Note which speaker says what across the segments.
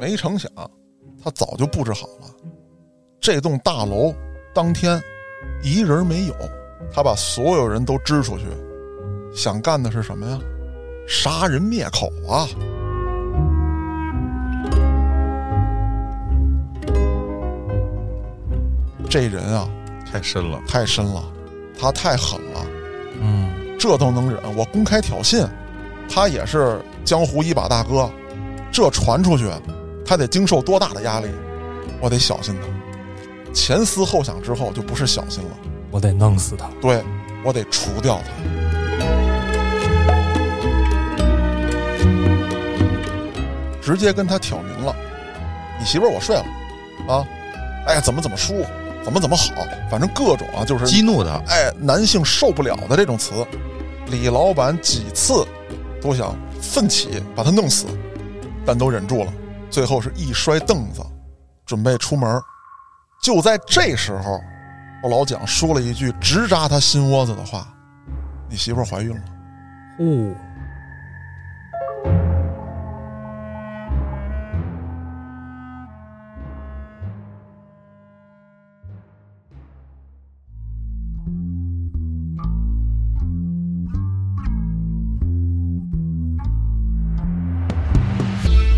Speaker 1: 没成想，他早就布置好了，这栋大楼当天一人没有，他把所有人都支出去，想干的是什么呀？杀人灭口啊！这人啊，
Speaker 2: 太深了，
Speaker 1: 太深了，他太狠了，
Speaker 2: 嗯，
Speaker 1: 这都能忍。我公开挑衅，他也是江湖一把大哥，这传出去，他得经受多大的压力？我得小心他。前思后想之后，就不是小心了，
Speaker 3: 我得弄死他。
Speaker 1: 对我得除掉他。直接跟他挑明了，你媳妇儿我睡了，啊，哎呀，怎么怎么舒服，怎么怎么好，反正各种啊，就是
Speaker 2: 激怒他，
Speaker 1: 哎，男性受不了的这种词，李老板几次都想奋起把他弄死，但都忍住了，最后是一摔凳子，准备出门儿。就在这时候，我老蒋说了一句直扎他心窝子的话：“你媳妇儿怀孕了。”
Speaker 3: 哦，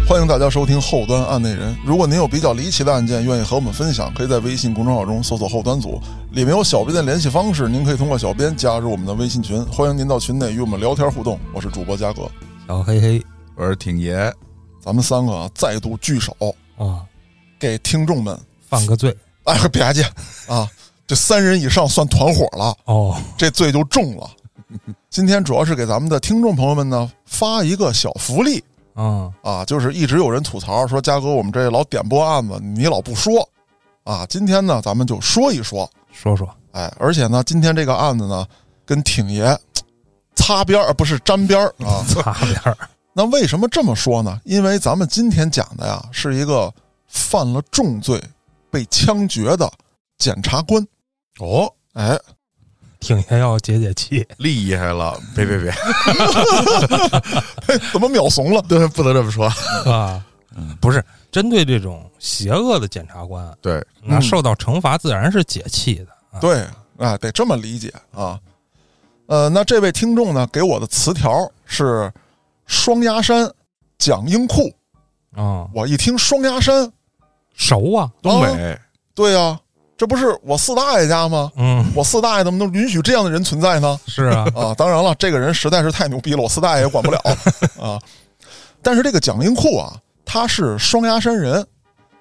Speaker 1: 欢迎大家收听《后端案内人》。如果您有比较离奇的案件，愿意和我们分享，可以在微信公众号中搜索“后端组”，里面有小编的联系方式，您可以通过小编加入我们的微信群。欢迎您到群内与我们聊天互动。我是主播嘉哥，
Speaker 3: 小黑黑
Speaker 2: 我是挺爷，
Speaker 1: 咱们三个啊再度聚首，
Speaker 3: 啊，
Speaker 1: 给听众们，
Speaker 3: 犯个罪
Speaker 1: 哎，别介啊，这三人以上算团伙了，
Speaker 3: 哦，
Speaker 1: 这罪就重了。今天主要是给咱们的听众朋友们呢发一个小福利
Speaker 3: 嗯，
Speaker 1: 啊，就是一直有人吐槽说，嘉哥，我们这老点播案子你老不说啊，今天呢咱们就说一说，
Speaker 3: 说 说
Speaker 1: 哎，而且呢，今天这个案子呢跟挺爷擦边儿，不是沾边儿 啊，
Speaker 3: 擦边儿，
Speaker 1: 那为什么这么说呢？因为咱们今天讲的呀，是一个犯了重罪被枪决的检察官。
Speaker 2: 哦，
Speaker 1: 哎，
Speaker 3: 挺爷要解解气，
Speaker 2: 厉害了，别别别，
Speaker 1: 怎么秒怂了？
Speaker 2: 对，不能这么说，
Speaker 3: 是吧？嗯，不是，针对这种邪恶的检察官，
Speaker 2: 对，
Speaker 3: 那受到惩罚自然是解气的。啊
Speaker 1: 对，哎，得这么理解啊。呃，那这位听众呢，给我的词条是“双鸭山蒋英库”。
Speaker 3: 嗯，
Speaker 1: 我一听双鸭山，
Speaker 3: 熟啊，
Speaker 2: 东
Speaker 1: 啊
Speaker 2: 北，
Speaker 1: 对呀、这不是我四大爷家吗？
Speaker 3: 嗯，
Speaker 1: 我四大爷怎么能允许这样的人存在呢？
Speaker 3: 是啊，
Speaker 1: 啊，当然了，这个人实在是太牛逼了，我四大爷也管不了啊。但是这个蒋英库啊，他是双鸭山人，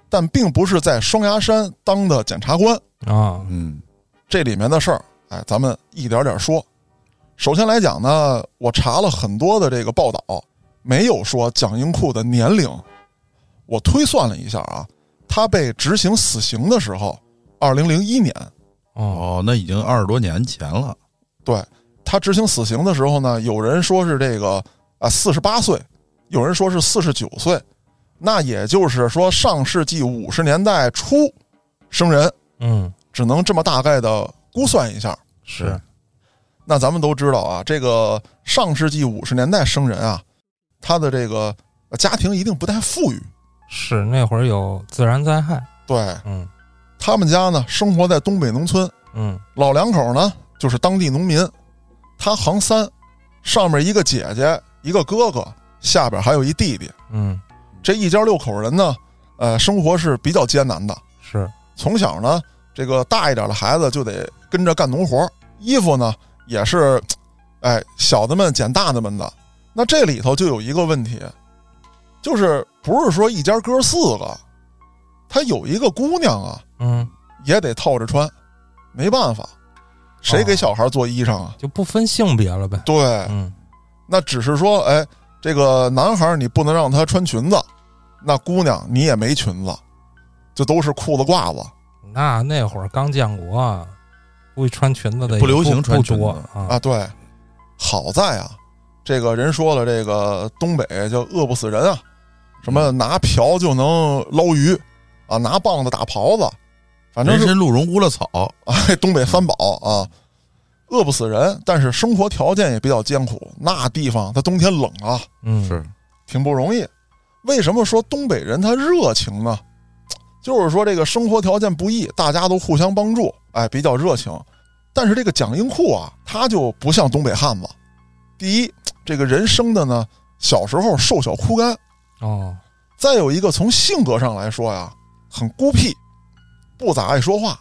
Speaker 1: 但并不是在双鸭山当的检察官。
Speaker 3: 啊，
Speaker 2: 嗯，
Speaker 1: 这里面的事儿，哎，咱们一点点说。首先来讲呢，我查了很多的这个报道，没有说蒋英库的年龄。我推算了一下啊，他被执行死刑的时候，二零零一年，
Speaker 3: 哦，
Speaker 2: 哦，那已经二十多年前了，
Speaker 1: 对他执行死刑的时候呢，有人说是这个啊四十八岁，有人说是四十九岁，那也就是说上世纪五十年代初生人，
Speaker 3: 嗯，
Speaker 1: 只能这么大概的估算一下。
Speaker 3: 是，
Speaker 1: 那咱们都知道啊，这个上世纪五十年代生人啊，他的这个呃家庭一定不太富裕，
Speaker 3: 是那会儿有自然灾害，
Speaker 1: 对
Speaker 3: 嗯
Speaker 1: 他们家呢生活在东北农村，
Speaker 3: 嗯
Speaker 1: 老两口呢就是当地农民，他行三，上面一个姐姐，一个哥哥，下边还有一弟弟，
Speaker 3: 嗯，
Speaker 1: 这一家六口人呢，呃，生活是比较艰难的。
Speaker 3: 是，
Speaker 1: 从小呢，这个大一点的孩子就得跟着干农活儿，衣服呢也是，哎，小的们捡大的们的。那这里头就有一个问题，就是不是说一家哥四个，他有一个姑娘啊，
Speaker 3: 嗯，
Speaker 1: 也得套着穿，没办法，谁给小孩做衣裳啊？
Speaker 3: 就不分性别了呗。
Speaker 1: 对，
Speaker 3: 嗯
Speaker 1: 那只是说，哎，这个男孩儿你不能让他穿裙子，那姑娘你也没裙子，就都是裤子褂子，
Speaker 3: 那那会儿刚建国，估计穿裙子的也
Speaker 2: 不流行穿裙子
Speaker 3: 不多
Speaker 1: 啊，
Speaker 3: 啊。
Speaker 1: 对，好在啊，这个人说了，这个东北叫饿不死人啊，什么拿瓢就能捞鱼啊，拿棒子打狍子，反正
Speaker 2: 人
Speaker 1: 是
Speaker 2: 参鹿茸乌了草，
Speaker 1: 哎东北三宝啊，饿不死人，但是生活条件也比较艰苦，那地方它冬天冷啊，
Speaker 3: 嗯，
Speaker 2: 是
Speaker 1: 挺不容易。为什么说东北人他热情呢？就是说这个生活条件不易，大家都互相帮助，哎，比较热情。但是这个蒋英库啊，他就不像东北汉子。第一，这个人生的呢，小时候瘦小枯干；
Speaker 3: 哦，
Speaker 1: 再有一个从性格上来说呀，很孤僻，不咋爱说话。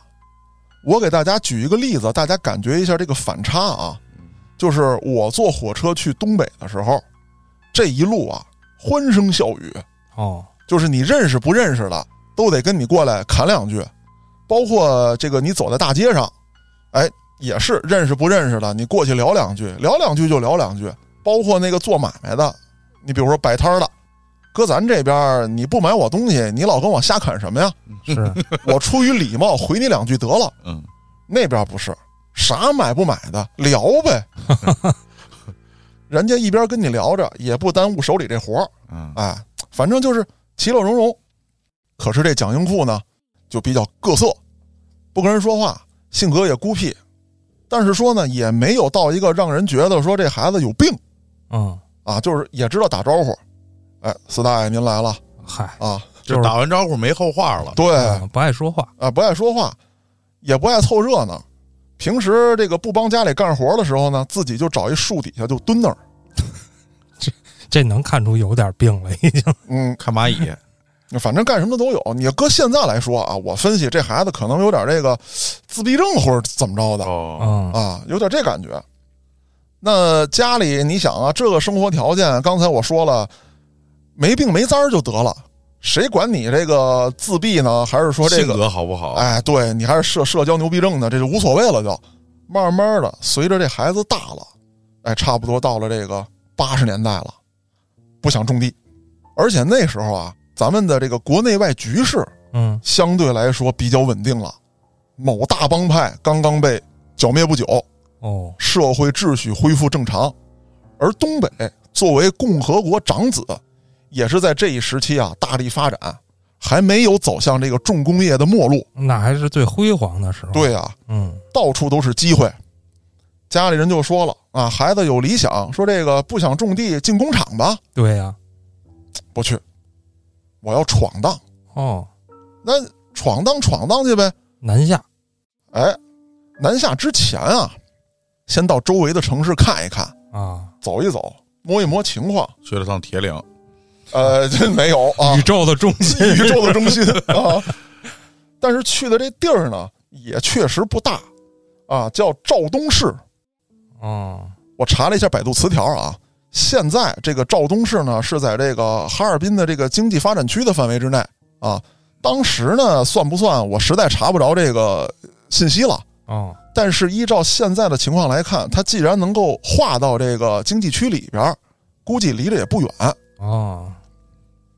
Speaker 1: 我给大家举一个例子，大家感觉一下这个反差啊。就是我坐火车去东北的时候，这一路啊欢声笑语，
Speaker 3: 哦，
Speaker 1: 就是你认识不认识的都得跟你过来侃两句，包括这个你走在大街上，哎，也是认识不认识的，你过去聊两句，聊两句就聊两句，包括那个做买卖的，你比如说摆摊儿的，搁咱这边儿你不买我东西，你老跟我瞎侃什么呀？
Speaker 3: 是，
Speaker 1: 我出于礼貌回你两句得了。
Speaker 2: 嗯，
Speaker 1: 那边不是，啥买不买的聊呗，人家一边跟你聊着，也不耽误手里这活儿，
Speaker 2: 嗯
Speaker 1: 哎，反正就是其乐融融。可是这蒋英库呢，就比较各色，不跟人说话，性格也孤僻，但是说呢，也没有到一个让人觉得说这孩子有病
Speaker 3: 嗯，
Speaker 1: 啊，就是也知道打招呼，哎，四大爷您来了
Speaker 3: 嗨，
Speaker 1: 啊，
Speaker 2: 就
Speaker 3: 就
Speaker 2: 是打完招呼没后话了。
Speaker 1: 对，
Speaker 3: 嗯不爱说话，
Speaker 1: 啊，不爱说话，也不爱凑热闹。平时这个不帮家里干活的时候呢，自己就找一树底下就蹲那儿。
Speaker 3: 这能看出有点病了，已经。
Speaker 1: 嗯，
Speaker 2: 看蚂蚁，
Speaker 1: 反正干什么都有。你搁现在来说啊，我分析这孩子可能有点这个自闭症或者怎么着的
Speaker 2: 哦，
Speaker 3: 嗯，
Speaker 1: 啊，有点这感觉。那家里你想啊，这个生活条件，刚才我说了，没病没灾儿就得了，谁管你这个自闭呢？还是说这
Speaker 2: 性
Speaker 1: 个
Speaker 2: 格好不好？
Speaker 1: 哎，对你还是社社交牛逼症呢，这就无所谓了就。慢慢的，随着这孩子大了，哎，差不多到了这个八十年代了，不想种地，而且那时候啊，咱们的这个国内外局势
Speaker 2: 哦
Speaker 3: 嗯，
Speaker 1: 相对来说比较稳定了，某大帮派刚刚被剿灭不久，
Speaker 3: 哦，
Speaker 1: 社会秩序恢复正常，而东北作为共和国长子，也是在这一时期啊大力发展，还没有走向这个重工业的末路。
Speaker 3: 那还是最辉煌的时候。，
Speaker 1: 对啊，
Speaker 3: 嗯，
Speaker 1: 到处都是机会。家里人就说了啊，孩子有理想，说这个不想种地，进工厂吧，
Speaker 3: 对呀，
Speaker 1: 不去，我要闯荡。
Speaker 3: 哦，
Speaker 1: 那闯荡闯荡去呗。
Speaker 3: 南下，
Speaker 1: 哎，南下之前啊，先到周围的城市看一看，
Speaker 3: 啊，
Speaker 1: 走一走，摸一摸情况。
Speaker 2: 去了趟铁岭，
Speaker 1: 呃，这没有啊
Speaker 3: 宇，宙的中心，
Speaker 1: 宇宙的中心啊。 但是去的这地儿呢，也确实不大啊，叫肇东市。
Speaker 3: 哦，
Speaker 1: 我查了一下百度词条啊，现在这个肇东市呢是在这个哈尔滨的这个经济发展区的范围之内啊。当时呢算不算？我实在查不着这个信息了。
Speaker 3: 哦，
Speaker 1: 但是依照现在的情况来看，它既然能够划到这个经济区里边儿，估计离着也不远。
Speaker 3: 哦，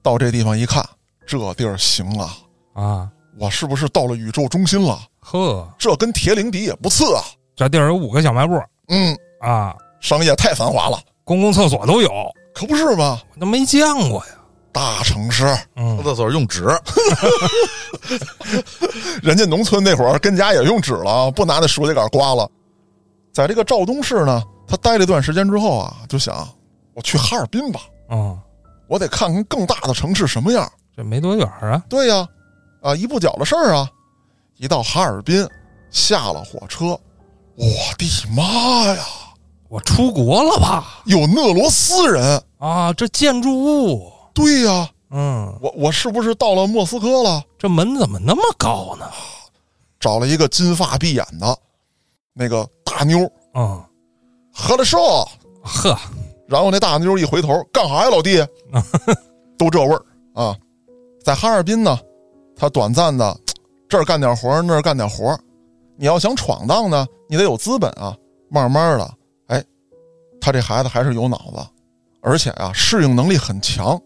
Speaker 1: 到这地方一看，这地儿行啊，
Speaker 3: 啊，
Speaker 1: 我是不是到了宇宙中心了？
Speaker 3: 呵，
Speaker 1: 这跟铁岭比也不次啊。
Speaker 3: 这地儿有五个小卖部
Speaker 1: 嗯，
Speaker 3: 啊，
Speaker 1: 商业太繁华了，
Speaker 3: 公共厕所都有，
Speaker 1: 可不是吗？
Speaker 3: 我都没见过呀。
Speaker 1: 大城市。
Speaker 2: 上
Speaker 3: 嗯，
Speaker 2: 厕所用纸，
Speaker 1: 人家农村那会儿跟家也用纸了，啊不拿那鼠秸秆刮了。在这个肇东市呢，他待了一段时间之后啊，就想我去哈尔滨吧，
Speaker 3: 哦，
Speaker 1: 我得看看更大的城市什么样。
Speaker 3: 这没多远啊。
Speaker 1: 对呀，啊，一不脚的事儿啊。一到哈尔滨，下了火车，我的妈呀，
Speaker 3: 我出国了吧？
Speaker 1: 有俄罗斯人！
Speaker 3: 啊，这建筑物，
Speaker 1: 对呀，
Speaker 3: 嗯，
Speaker 1: 我我是不是到了莫斯科了？
Speaker 3: 这门怎么那么高呢？
Speaker 1: 找了一个金发碧眼的那个大妞，
Speaker 3: 嗯，
Speaker 1: 合了手。
Speaker 3: 呵，
Speaker 1: 然后那大妞一回头，干啥呀，老弟？都这味儿啊！在哈尔滨呢，他短暂的这儿干点活儿，那儿干点活儿。你要想闯荡呢，你得有资本啊。慢慢的，哎，他这孩子还是有脑子，而且啊，适应能力很强。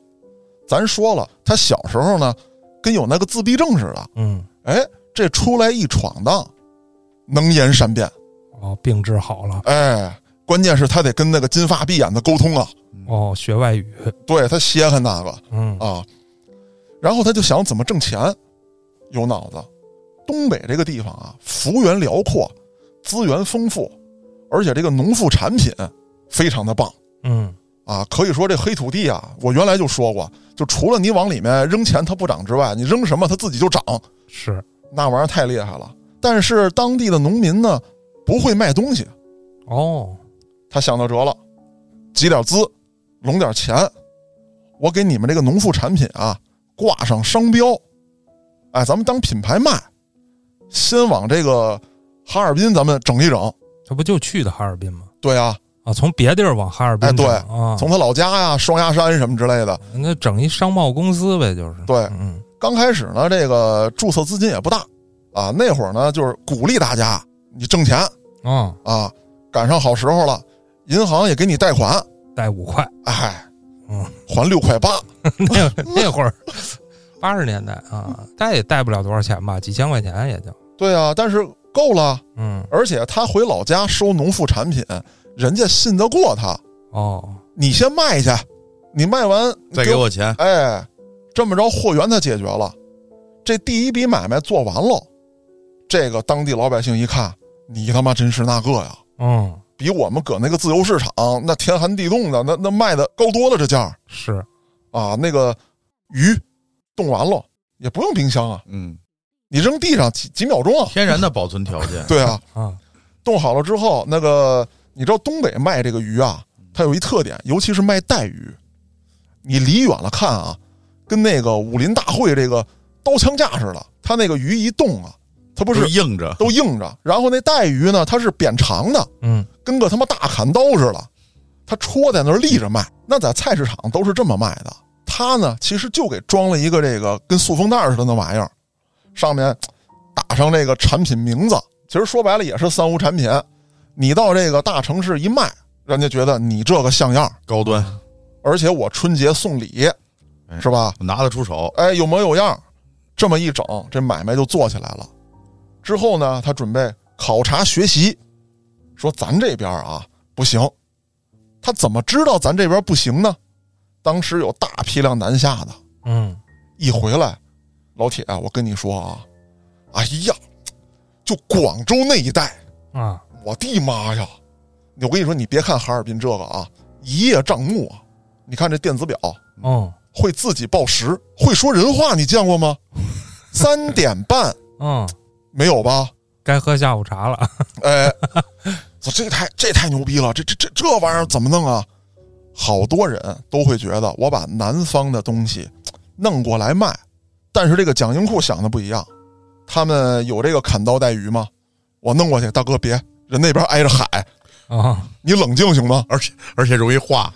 Speaker 1: 咱说了，他小时候呢，跟有那个自闭症似的，
Speaker 3: 嗯，
Speaker 1: 哎，这出来一闯荡，能言善辩。
Speaker 3: 哦，病治好了，
Speaker 1: 哎，关键是他得跟那个金发碧眼的沟通啊，
Speaker 3: 哦，学外语，
Speaker 1: 对他稀罕那个。
Speaker 3: 嗯，
Speaker 1: 啊，然后他就想怎么挣钱，有脑子。东北这个地方啊，幅员辽阔，资源丰富，而且这个农副产品非常的棒
Speaker 3: 嗯，
Speaker 1: 啊，可以说这黑土地啊，我原来就说过，就除了你往里面扔钱它不长之外，你扔什么它自己就长，
Speaker 3: 是
Speaker 1: 那玩意儿太厉害了。但是当地的农民呢，不会卖东西，
Speaker 3: 哦，
Speaker 1: 他想到辙了，集点资，拢点钱，我给你们这个农副产品啊挂上商标，哎，咱们当品牌卖，先往这个哈尔滨咱们整一整，
Speaker 3: 这不就去的哈尔滨吗？
Speaker 1: 对啊，
Speaker 3: 啊，从别地儿往哈尔滨
Speaker 1: 哎对
Speaker 3: 整啊，
Speaker 1: 从他老家呀、双鸭山什么之类的，
Speaker 3: 那整一商贸公司呗，就是
Speaker 1: 对
Speaker 3: 嗯，
Speaker 1: 刚开始呢，这个注册资金也不大啊，那会儿呢就是鼓励大家你挣钱
Speaker 3: 啊，
Speaker 1: 啊，赶上好时候了，银行也给你贷款，
Speaker 3: 带五块，
Speaker 1: 哎，
Speaker 3: 嗯，
Speaker 1: 还六块八，
Speaker 3: 那那会儿八十年代啊，贷也贷不了多少钱吧，几千块钱也就，
Speaker 1: 对啊，但是够了，
Speaker 3: 嗯，
Speaker 1: 而且他回老家收农副产品，人家信得过他，
Speaker 3: 哦，
Speaker 1: 你先卖去，你卖完
Speaker 2: 再给，我钱，
Speaker 1: 哎，这么着货源他解决了，这第一笔买卖做完了，这个当地老百姓一看，你他妈真是那个呀！
Speaker 3: 嗯，
Speaker 1: 比我们搁那个自由市场那天寒地冻的，那那卖的高多了，这价儿
Speaker 3: 是
Speaker 1: 啊，那个鱼冻完了也不用冰箱啊，
Speaker 2: 嗯，
Speaker 1: 你扔地上几几秒钟啊，
Speaker 2: 天然的保存条件，
Speaker 1: 对啊，
Speaker 3: 啊，
Speaker 1: 冻好了之后，那个你知道东北卖这个鱼啊，它有一特点，尤其是卖带鱼，你离远了看啊，跟那个武林大会这个刀枪架似的，它那个鱼一冻啊，它不
Speaker 2: 不
Speaker 1: 是
Speaker 2: 是硬着，
Speaker 1: 都硬着，然后那带鱼呢，它是扁长的，
Speaker 3: 嗯，
Speaker 1: 跟个他妈大砍刀似的，他戳在那儿立着卖。那在菜市场都是这么卖的。他呢，其实就给装了一个这个跟塑封袋似的那玩意儿，上面打上这个产品名字。其实说白了也是三无产品。你到这个大城市一卖，人家觉得你这个像样儿，
Speaker 2: 高端，
Speaker 1: 而且我春节送礼，
Speaker 2: 哎
Speaker 1: 是吧？
Speaker 2: 拿得出手，
Speaker 1: 哎，有模有样儿，这么一整，这买卖就做起来了。之后呢，他准备考察学习，说咱这边儿啊不行。他怎么知道咱这边儿不行呢？当时有大批量南下的，
Speaker 3: 嗯，
Speaker 1: 一回来，老铁，我跟你说啊，哎呀，就广州那一带，
Speaker 3: 啊，
Speaker 1: 我的妈呀！我跟你说，你别看哈尔滨这个啊，一叶障目啊。你看这电子表，
Speaker 3: 哦，
Speaker 1: 会自己报时，会说人话，你见过吗？三点半
Speaker 3: 嗯，
Speaker 1: 没有吧？
Speaker 3: 该喝下午茶了，
Speaker 1: 哎，这这太这太牛逼了！这这这这玩意儿怎么弄啊？好多人都会觉得我把南方的东西弄过来卖，但是这个蒋英库想的不一样，他们有这个砍刀带鱼吗？我弄过去，大哥别，人那边挨着海，
Speaker 3: 啊，
Speaker 1: 你冷静行吗？
Speaker 2: 而且而且容易化，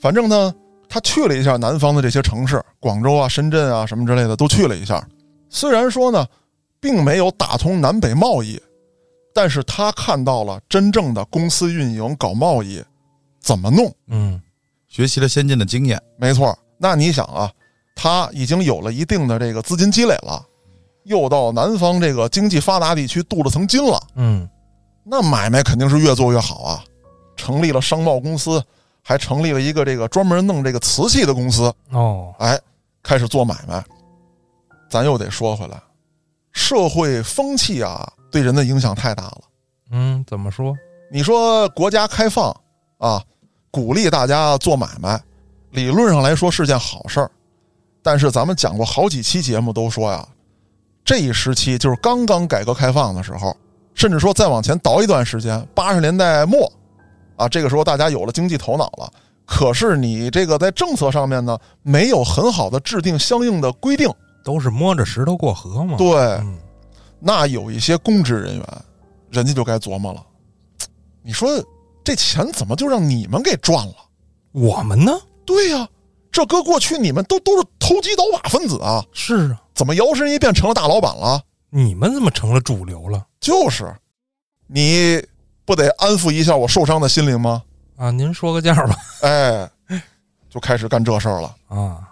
Speaker 1: 反正呢，他去了一下南方的这些城市，广州啊、深圳啊什么之类的都去了一下。虽然说呢，并没有打通南北贸易，但是他看到了真正的公司运营搞贸易怎么弄。
Speaker 3: 嗯，
Speaker 2: 学习了先进的经验，
Speaker 1: 没错，那你想啊，他已经有了一定的这个资金积累了，又到南方这个经济发达地区镀了层金了，
Speaker 3: 嗯，
Speaker 1: 那买卖肯定是越做越好啊。成立了商贸公司，还成立了一个这个专门弄这个瓷器的公司。
Speaker 3: 哦，
Speaker 1: 哎，开始做买卖。咱又得说回来，社会风气啊，对人的影响太大了。
Speaker 3: 嗯，怎么说？
Speaker 1: 你说国家开放啊，鼓励大家做买卖，理论上来说是件好事儿。但是咱们讲过好几期节目都说呀，这一时期就是刚刚改革开放的时候，甚至说再往前倒一段时间，八十年代末啊，这个时候大家有了经济头脑了。可是你这个在政策上面呢，没有很好的制定相应的规定，
Speaker 3: 都是摸着石头过河
Speaker 1: 啊
Speaker 3: 嘛，
Speaker 1: 对，
Speaker 3: 嗯，
Speaker 1: 那有一些公职人员，人家就该琢磨了。你说这钱怎么就让你们给赚了？
Speaker 3: 我们呢？
Speaker 1: 对呀、这搁过去你们都都是投机倒把分子啊，
Speaker 3: 是啊，
Speaker 1: 怎么摇身一变成了大老板了？
Speaker 3: 你们怎么成了主流了
Speaker 1: 就是，你不得安抚一下我受伤的心灵吗？
Speaker 3: 啊？您说个价吧，
Speaker 1: 哎，就开始干这事儿了。
Speaker 3: 啊，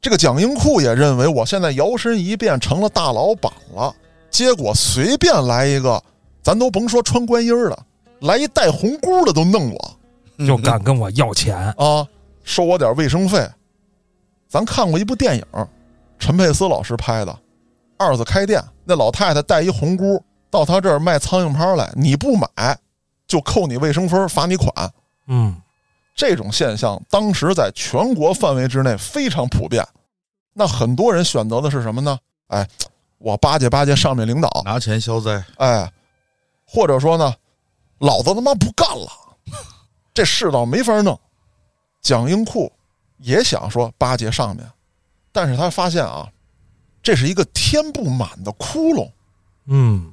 Speaker 1: 这个蒋英库也认为我现在摇身一变成了大老板了，结果随便来一个，咱都甭说穿观音儿的，来一带红箍的都弄我。
Speaker 3: 就敢跟我要钱，
Speaker 1: 啊，收我点卫生费。咱看过一部电影，陈佩斯老师拍的《二子开店》，那老太太带一红箍到他这儿卖苍蝇拍来，你不买就扣你卫生分，罚你款。
Speaker 3: 嗯
Speaker 1: 这种现象当时在全国范围之内非常普遍。那很多人选择的是什么呢？哎，我巴结巴结上面领导，
Speaker 2: 嗯拿钱消灾，
Speaker 1: 哎，或者说呢，老子他妈不干了，这世道没法弄。蒋英库也想说巴结上面，但是他发现啊，这是一个填不满的窟窿。
Speaker 3: 嗯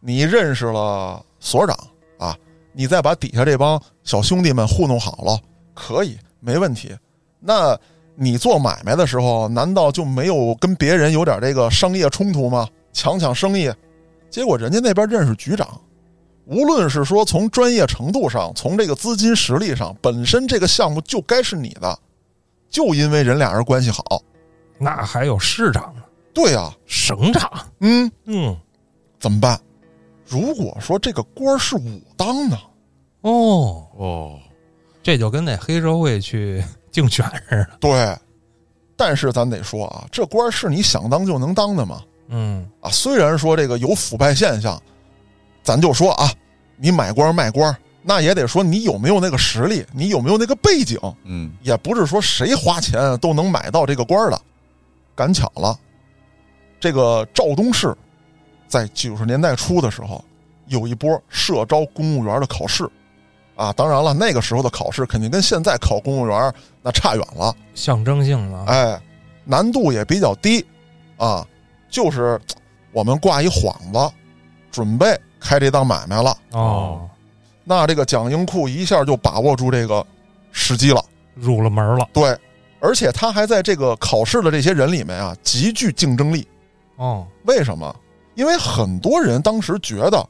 Speaker 1: 你认识了所长啊，你再把底下这帮小兄弟们糊弄好了，可以，没问题。那你做买卖的时候，难道就没有跟别人有点这个商业冲突吗？抢抢生意，结果人家那边认识局长，无论是说从专业程度上，从这个资金实力上，本身这个项目就该是你的，就因为人俩人关系好。
Speaker 3: 那还有市长呢，
Speaker 1: 对呀、
Speaker 3: 省长，
Speaker 1: 嗯，
Speaker 3: 嗯
Speaker 1: 怎么办？如果说这个官儿是我当呢？
Speaker 3: 哦，
Speaker 2: 哦，
Speaker 3: 这就跟那黑社会去竞选似的，
Speaker 1: 对，但是咱得说啊，这官儿是你想当就能当的吗？
Speaker 3: 嗯
Speaker 1: 啊，虽然说这个有腐败现象，咱就说啊，你买官儿卖官儿，那也得说你有没有那个实力，你有没有那个背景，
Speaker 2: 嗯，
Speaker 1: 也不是说谁花钱都能买到这个官儿的。赶巧了，这个肇东市在九十年代初的时候，有一波社招公务员的考试，啊，当然了，那个时候的考试肯定跟现在考公务员儿那差远了。
Speaker 3: 象征性了，
Speaker 1: 哎，难度也比较低啊，就是我们挂一幌子，准备开这档买卖了。
Speaker 3: 哦，
Speaker 1: 那这个蒋英库一下就把握住这个时机了，
Speaker 3: 入了门了，
Speaker 1: 对，而且他还在这个考试的这些人里面啊，极具竞争力。
Speaker 3: 哦，
Speaker 1: 为什么？因为很多人当时觉得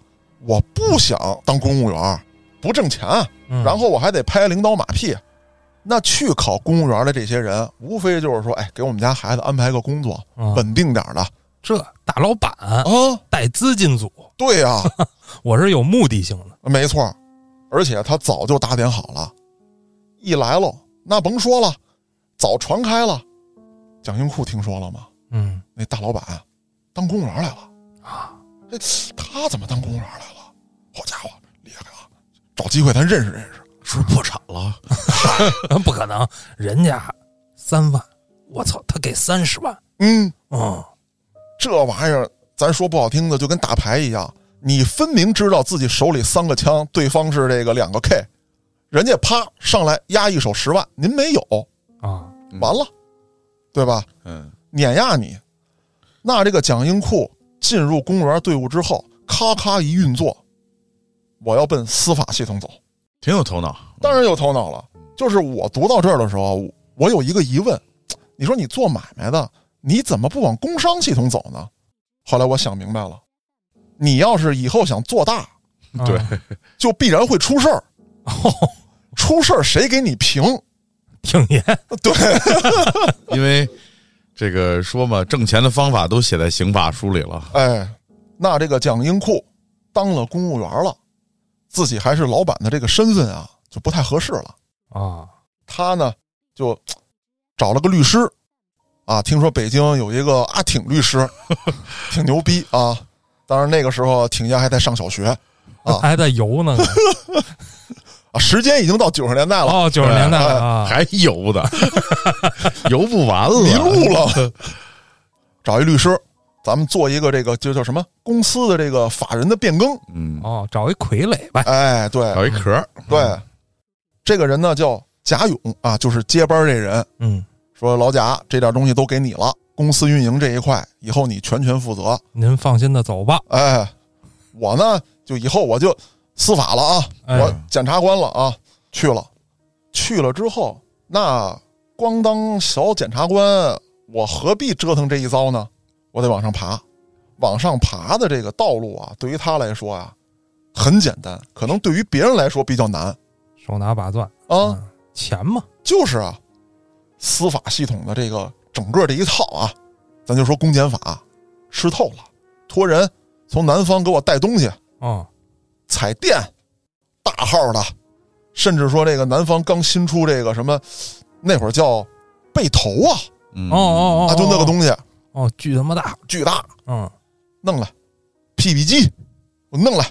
Speaker 1: 我不想当公务员，不挣钱，
Speaker 3: 嗯
Speaker 1: 然后我还得拍领导马屁。那去考公务员的这些人，无非就是说，哎，给我们家孩子安排个工作，
Speaker 3: 嗯
Speaker 1: 稳定点儿的
Speaker 3: 这大老板
Speaker 1: 啊，
Speaker 3: 带资进组，
Speaker 1: 对呀、
Speaker 3: 我是有目的性 的，
Speaker 1: 没错儿，而且他早就打点好了，一来喽，那甭说了，早传开了。蒋英库听说了吗？
Speaker 3: 嗯
Speaker 1: 那大老板当公务员来了，
Speaker 3: 啊，
Speaker 1: 这他怎么当公务员来了？好家伙，厉害啊！找机会咱认识认识。
Speaker 2: 是不是破产了？
Speaker 3: 呃不可能，人家三万，我操，他给三十万，
Speaker 1: 嗯，
Speaker 3: 嗯，
Speaker 1: 这玩意儿咱说不好听的，就跟打牌一样，你分明知道自己手里三个枪，对方是这个两个 K，人家啪上来压一手十万，您没有，
Speaker 3: 啊，
Speaker 2: 嗯
Speaker 1: 完了，对吧？
Speaker 2: 嗯，
Speaker 1: 碾压你。那这个蒋英库进入公务员队伍之后，咔咔一运作，我要奔司法系统走，
Speaker 2: 挺有头脑，
Speaker 1: 当然有头脑了。就是我读到这儿的时候，我有一个疑问：你说你做买卖的，你怎么不往工商系统走呢？后来我想明白了，你要是以后想做大，
Speaker 3: 啊哦
Speaker 2: 对，
Speaker 1: 就必然会出事儿，出事儿谁给你评？
Speaker 3: 挺严，
Speaker 2: 因为这个说嘛，挣钱的方法都写在刑法书里了。
Speaker 1: 哎，那这个蒋英库当了公务员了，自己还是老板的这个身份啊，就不太合适了。
Speaker 3: 啊，
Speaker 1: 他呢，就找了个律师，啊，听说北京有一个阿挺律师，挺牛逼啊。当然那个时候挺爷还在上小学啊
Speaker 3: 还在游呢，
Speaker 1: 啊，时间已经到九十年代了，
Speaker 3: 哦，九十年代了啊，
Speaker 2: 还游 的，游不完了，
Speaker 1: 迷路了。 找一律师，咱们做一个这个就叫什么公司的这个法人的变更。
Speaker 2: 嗯，
Speaker 3: 哦，找一傀儡呗，
Speaker 1: 哎，对，
Speaker 2: 找一壳儿，
Speaker 1: 对，这个人呢叫贾勇啊，就是接班这人，
Speaker 3: 嗯，
Speaker 1: 说老贾这点东西都给你了，公司运营这一块以后你全权负责。
Speaker 3: 您放心的走吧，
Speaker 1: 哎，我呢就以后我就司法了啊，
Speaker 3: 哎
Speaker 1: 我检察官了啊，去了，去了之后，那光当小检察官，我何必折腾这一遭呢？我得往上爬，往上爬的这个道路啊，对于他来说啊，很简单，可能对于别人来说比较难啊。
Speaker 3: 手拿把攥，嗯钱嘛，
Speaker 1: 就是啊，司法系统的这个整个这一套啊，咱就说公检法吃透了，托人从南方给我带东西，
Speaker 3: 哦，
Speaker 1: 彩电，大号的，甚至说这个南方刚新出这个什么，那会儿叫背头啊，
Speaker 2: 嗯
Speaker 3: 哦哦哦，
Speaker 1: 啊，就那个东西
Speaker 3: 哦，巨他妈大，
Speaker 1: 巨大，
Speaker 3: 嗯，
Speaker 1: 弄来，屁屁机，我弄来，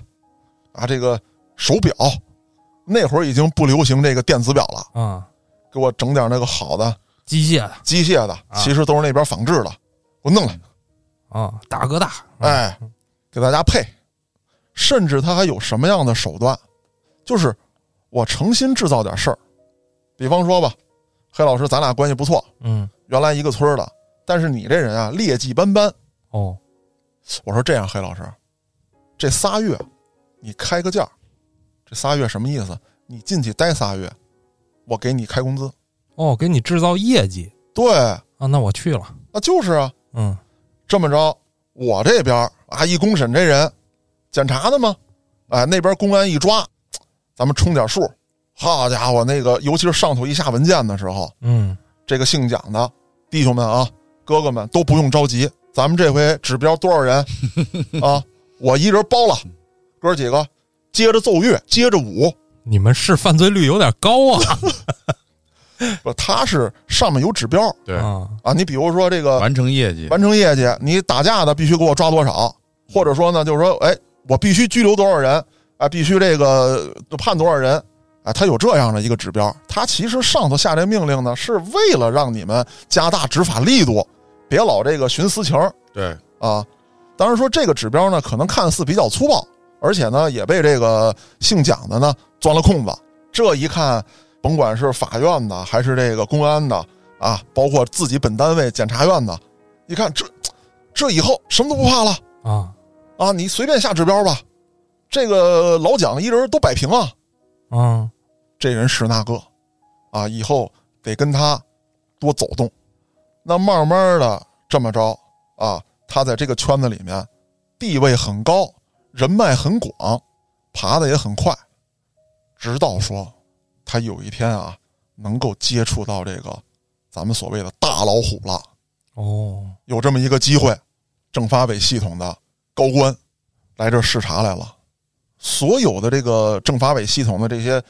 Speaker 1: 啊，这个手表，那会儿已经不流行这个电子表了，
Speaker 3: 啊，
Speaker 1: 给我整点那个好的
Speaker 3: 机械的
Speaker 1: 机械的，其实都是那边仿制的，给我弄来，
Speaker 3: 啊，大哥大，
Speaker 1: 哎，给大家配。甚至他还有什么样的手段，就是我诚心制造点事儿，比方说吧，黑老师，咱俩关系不错，
Speaker 3: 嗯，
Speaker 1: 原来一个村儿的，但是你这人啊劣迹斑斑。
Speaker 3: 哦，
Speaker 1: 我说这样，黑老师，这仨月你开个价，这仨月什么意思？你进去待仨月，我给你开工资。
Speaker 3: 哦，给你制造业绩
Speaker 1: 对，
Speaker 3: 啊，那我去了，
Speaker 1: 那就是啊，
Speaker 3: 嗯，
Speaker 1: 这么着，我这边儿啊一公审这人，检查的嘛，哎，那边公安一抓，咱们冲点数。好家伙，那个尤其是上头一下文件的时候，
Speaker 3: 嗯，
Speaker 1: 这个姓蒋的弟兄们啊，哥哥们都不用着急，咱们这回指标多少人啊？我一人包了，哥几个接着奏乐，接着舞。
Speaker 3: 你们是犯罪率有点高啊，
Speaker 1: 不，他是上面有指标
Speaker 2: 对，
Speaker 3: 啊，
Speaker 1: 啊。你比如说这个
Speaker 2: 完成业绩，
Speaker 1: 完成业绩，你打架的必须给我抓多少，或者说呢，就是说，哎，我必须拘留多少人，啊，必须这个判多少人，啊，他有这样的一个指标。他其实上头下这命令呢，是为了让你们加大执法力度，别老这个徇私情儿
Speaker 2: 对，
Speaker 1: 啊。当然说这个指标呢，可能看似比较粗暴，而且呢，也被这个姓蒋的呢钻了空子。这一看，甭管是法院的，还是这个公安的啊，包括自己本单位检察院的，一看这这以后什么都不怕了
Speaker 3: 啊，
Speaker 1: 啊！你随便下指标吧，这个老蒋一人都摆平啊。
Speaker 3: 啊，
Speaker 1: 这人是那个啊，以后得跟他多走动。那慢慢的这么着啊，他在这个圈子里面地位很高，人脉很广，爬的也很快，直到说他有一天啊，能够接触到这个咱们所谓的大老虎了，
Speaker 3: 哦，
Speaker 1: 有这么一个机会，政法委系统的高官来这儿视察来了，所有的这个政法委系统的这些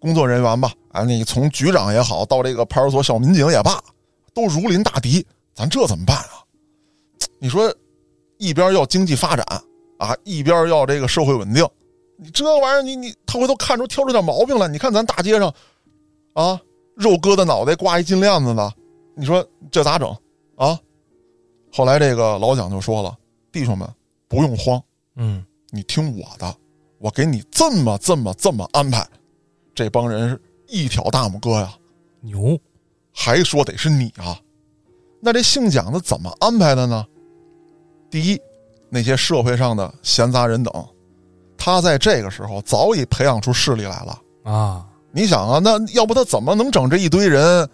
Speaker 1: 工作人员吧，啊，你从局长也好，到这个派出所小民警也罢，都如临大敌，咱这怎么办啊？你说，一边要经济发展啊，一边要这个社会稳定，你这玩意儿，你你他回头看出挑出点毛病来，你看咱大街上，啊，肉疙瘩脑袋挂一金链子呢，你说这咋整啊？后来这个老蒋就说了：“弟兄们，不用慌，
Speaker 3: 嗯，
Speaker 1: 你听我的，我给你这么这么这么安排。”这帮人是一挑大拇哥呀，
Speaker 3: 牛，
Speaker 1: 还说得是你啊。那这姓蒋的怎么安排的呢？第一，那些社会上的闲杂人等，他在这个时候早已培养出势力来了。
Speaker 3: 啊，
Speaker 1: 你想啊，那要不他怎么能整这一堆人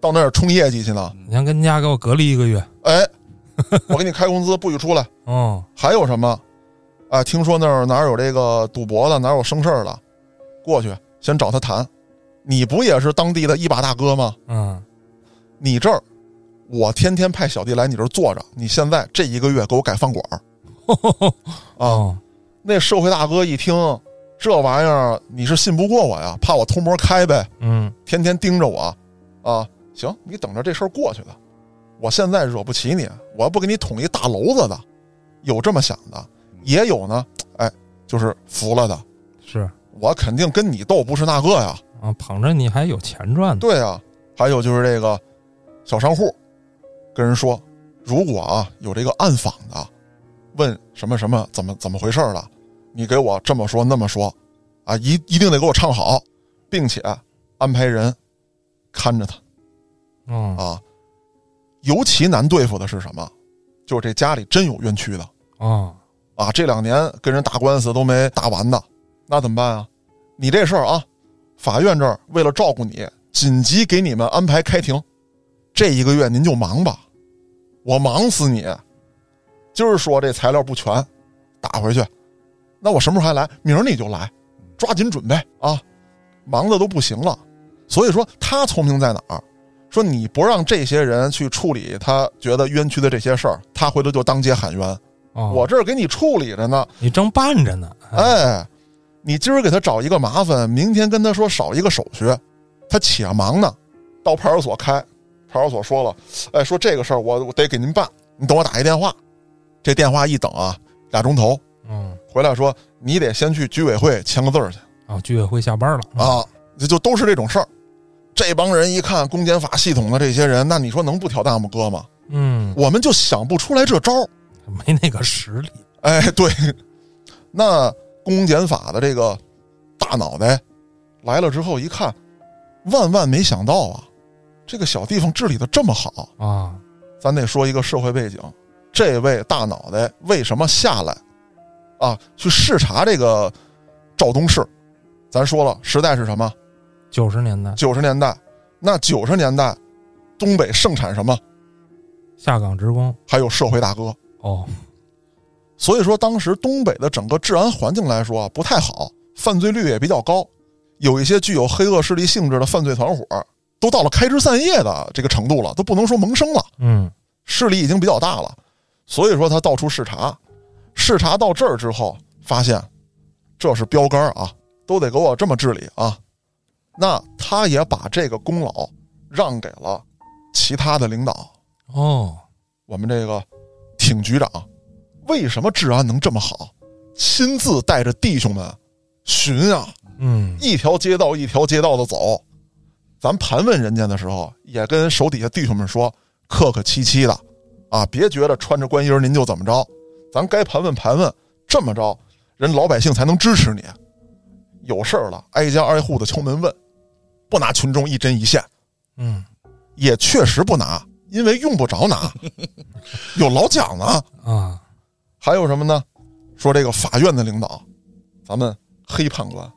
Speaker 1: 到那儿冲业绩去呢？
Speaker 3: 你先跟家给我隔离一个月，
Speaker 1: 哎，我给你开工资，不许出来。
Speaker 3: 嗯，
Speaker 1: 还有什么？啊，听说那儿哪儿有这个赌博的，哪儿有生事儿的，过去先找他谈。你不也是当地的一把大哥吗？
Speaker 3: 嗯，
Speaker 1: 你这儿，我天天派小弟来你这儿坐着，你现在这一个月给我改饭馆儿啊！
Speaker 3: 哦，
Speaker 1: 那社会大哥一听这玩意儿，你是信不过我呀，怕我偷摸开呗，
Speaker 3: 嗯，
Speaker 1: 天天盯着我，啊，行，你等着这事儿过去的，我现在惹不起你，我要不给你捅一大篓子的，有这么想的，也有呢，哎，就是服了的，
Speaker 3: 是
Speaker 1: 我肯定跟你斗不是那个呀，
Speaker 3: 啊，捧着你还有钱赚呢，
Speaker 1: 对呀，还有就是这个小商户，跟人说，如果啊有这个暗访的，问什么什么怎么怎么回事儿了，你给我这么说那么说，啊一一定得给我唱好，并且安排人看着他。
Speaker 3: 嗯，
Speaker 1: 啊，尤其难对付的是什么？就是这家里真有冤屈的
Speaker 3: 啊，
Speaker 1: 啊，这两年跟人打官司都没打完的，那怎么办啊？你这事儿啊，法院这儿为了照顾你，紧急给你们安排开庭，这一个月您就忙吧，我忙死你。今儿说这材料不全，打回去，那我什么时候还来？明儿你就来，抓紧准备啊，忙的都不行了。所以说他聪明在哪儿？说你不让这些人去处理他觉得冤屈的这些事儿，他回头就当街喊冤。
Speaker 3: 哦，啊
Speaker 1: 我这儿给你处理着呢，
Speaker 3: 你正办着呢，
Speaker 1: 哎，你今儿给他找一个麻烦，明天跟他说少一个手续，他且忙呢。到派出所开，派出所说了，哎，说这个事儿我我得给您办，你等我打一电话。这电话一等啊，俩钟头，
Speaker 3: 嗯，
Speaker 1: 回来说你得先去居委会签个字儿去。
Speaker 3: 啊，居委会下班了，
Speaker 1: 啊，这就都是这种事儿。这帮人一看公检法系统的这些人，那你说能不挑大拇哥吗？
Speaker 3: 嗯，
Speaker 1: 我们就想不出来这招儿。
Speaker 3: 没那个实力，
Speaker 1: 哎， 对，那公检法的这个大脑袋来了之后一看，万万没想到啊，这个小地方治理的这么好。
Speaker 3: 啊，
Speaker 1: 咱得说一个社会背景，这位大脑袋为什么下来啊去视察这个肇东市？咱说了，时代是什么？
Speaker 3: 九十年代
Speaker 1: 九十年代。那九十年代，东北盛产什么？
Speaker 3: 下岗职工
Speaker 1: 还有社会大哥。
Speaker 3: 哦，
Speaker 1: 所以说，当时东北的整个治安环境来说啊不太好，犯罪率也比较高，有一些具有黑恶势力性质的犯罪团伙儿都到了开枝散叶的这个程度了，都不能说萌生了。
Speaker 3: 嗯，
Speaker 1: 势力已经比较大了，所以说他到处视察，视察到这儿之后，发现这是标杆儿啊，都得给我这么治理啊。那他也把这个功劳让给了其他的领导，
Speaker 3: 哦，
Speaker 1: 我们这个挺局长，为什么治安能这么好？亲自带着弟兄们巡啊，
Speaker 3: 嗯，
Speaker 1: 一条街道一条街道的走。咱盘问人家的时候，也跟手底下弟兄们说，客客气气的，啊，别觉得穿着官衣儿您就怎么着，咱该盘问盘问，这么着，人老百姓才能支持你。有事儿了，挨家挨户的敲门问，不拿群众一针一线，
Speaker 3: 嗯，
Speaker 1: 也确实不拿，因为用不着拿，有老蒋呢。
Speaker 3: 啊，
Speaker 1: 还有什么呢？说这个法院的领导，咱们黑判官，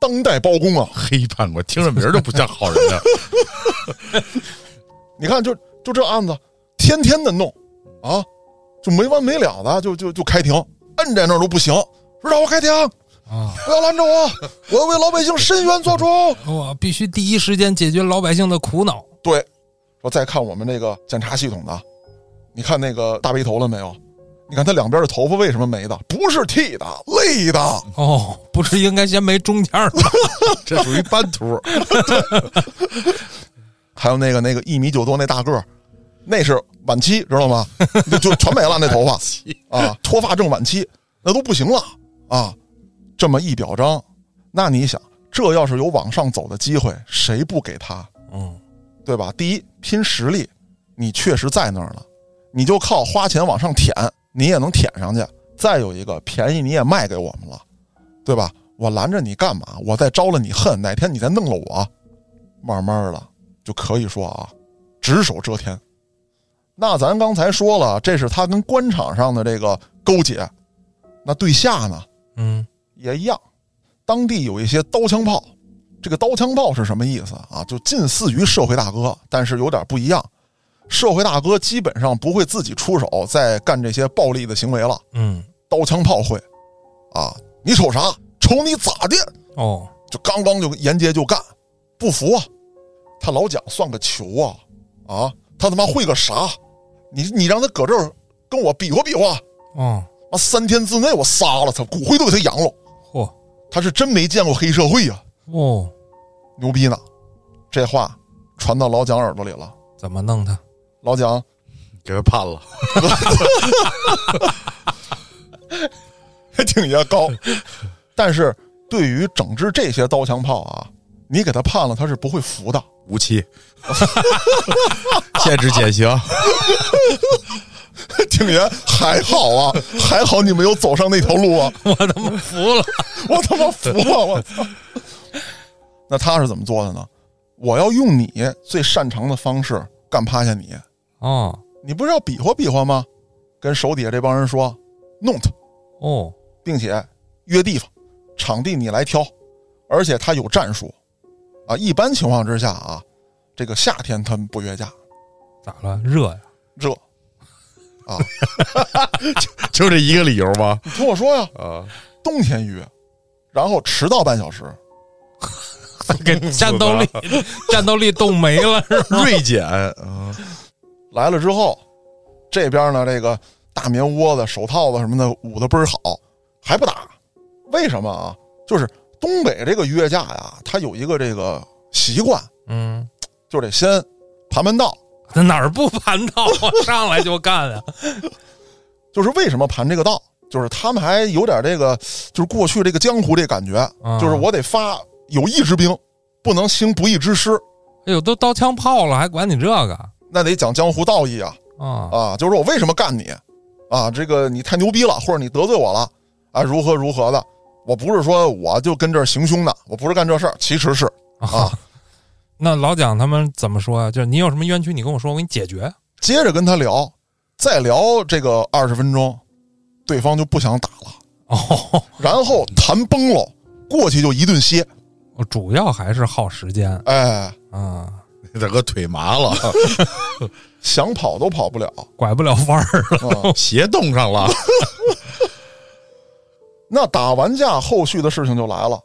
Speaker 1: 当代包公啊，
Speaker 2: 黑判官听着名儿就不像好人的，
Speaker 1: 你看就就这案子，天天的弄啊，就没完没了的，就就就开庭，摁在那儿都不行，说让我开庭，
Speaker 3: 啊，
Speaker 1: 不要拦着我，我要为老百姓伸冤做主。
Speaker 3: 我哦必须第一时间解决老百姓的苦恼，
Speaker 1: 对，说再看我们那个检察系统的，你看那个大背头了没有？你看他两边的头发为什么没的？不是剃的，累的。
Speaker 3: 哦，不是应该先没中间儿吗？
Speaker 2: 这属于班图。
Speaker 1: 还有那个那个一米九多那大个儿，那是晚期，知道吗？就就全没了那头发啊，脱发症晚期，那都不行了啊。这么一表彰，那你想，这要是有往上走的机会，谁不给他？
Speaker 3: 嗯，
Speaker 1: 对吧？第一，拼实力，你确实在那儿了，你就靠花钱往上舔，你也能舔上去。再有一个，便宜你也卖给我们了，对吧？我拦着你干嘛？我再招了你恨，哪天你再弄了我，慢慢的就可以说啊，只手遮天。那咱刚才说了，这是他跟官场上的这个勾结，那对下呢
Speaker 3: 嗯，
Speaker 1: 也一样。当地有一些刀枪炮，这个刀枪炮是什么意思啊？就近似于社会大哥，但是有点不一样。社会大哥基本上不会自己出手再干这些暴力的行为了，
Speaker 3: 嗯，
Speaker 1: 刀枪炮会，啊，你瞅啥？瞅你咋的？
Speaker 3: 哦，
Speaker 1: 就刚刚就沿街就干，不服啊！他老蒋算个球啊啊！他他妈会个啥？你你让他搁这儿跟我比划比划，
Speaker 3: 哦，
Speaker 1: 啊，三天之内我杀了他，骨灰都给他扬了。
Speaker 3: 嚯，
Speaker 1: 他是真没见过黑社会呀、
Speaker 3: 哦，
Speaker 1: 牛逼呢！这话传到老蒋耳朵里了，
Speaker 3: 怎么弄他？
Speaker 1: 老蒋
Speaker 2: 给他判了，
Speaker 1: 挺爷 高，但是对于整治这些刀枪炮啊，你给他判了，他是不会服的。
Speaker 2: 无期， 限制减刑。
Speaker 1: 挺爷还好啊，还好你没有走上那条路啊，
Speaker 3: 我他妈服了，
Speaker 1: 我他妈服了，我操！那他是怎么做的呢？我要用你最擅长的方式干趴下你，
Speaker 3: 哦，
Speaker 1: 你不是要比划比划吗？跟手底下这帮人说，弄他，
Speaker 3: 哦，
Speaker 1: 并且约地方，场地你来挑，而且他有战术，啊，一般情况之下啊，这个夏天他们不约架，
Speaker 3: 咋了？热呀？
Speaker 1: 热，
Speaker 2: 就这一个理由 吗？
Speaker 1: 你听我说呀，
Speaker 2: 啊，
Speaker 1: 冬天约，然后迟到半小时，
Speaker 3: 给战斗力，战斗力冻没了是吧？
Speaker 2: 锐减啊，
Speaker 1: 来了之后，这边呢这个大棉窝子、手套子什么的捂的倍儿好，还不打，为什么啊？就是东北这个约架呀，它有一个这个习惯，
Speaker 3: 嗯，
Speaker 1: 就得先盘盘道，
Speaker 3: 他哪儿不盘道啊？上来就干啊？
Speaker 1: 就是为什么盘这个道？就是他们还有点这个，就是过去这个江湖这感觉，
Speaker 3: 啊
Speaker 1: 就是我得发有义之兵，不能兴不义之师，
Speaker 3: 哎呦，都刀枪炮了，还管你这个
Speaker 1: 那得讲江湖道义啊
Speaker 3: 啊？
Speaker 1: 啊！就是说我为什么干你啊？这个你太牛逼了，或者你得罪我了啊？如何如何的？我不是说我就跟这儿行凶的，我不是干这事儿，其实是啊。
Speaker 3: 那老蒋他们怎么说呀、就是你有什么冤屈，你跟我说，我给你解决。
Speaker 1: 接着跟他聊，再聊这个二十分钟，对方就不想打了，
Speaker 3: 哦，
Speaker 1: 然后谈崩了，过去就一顿歇，
Speaker 3: 我主要还是耗时间
Speaker 1: 哎，
Speaker 3: 啊，
Speaker 2: 大哥腿麻了，
Speaker 1: 想跑都跑不了。
Speaker 3: 拐不了弯儿了。
Speaker 1: 啊
Speaker 2: 鞋冻上 了，
Speaker 1: 那打完架，后续的事情就来了。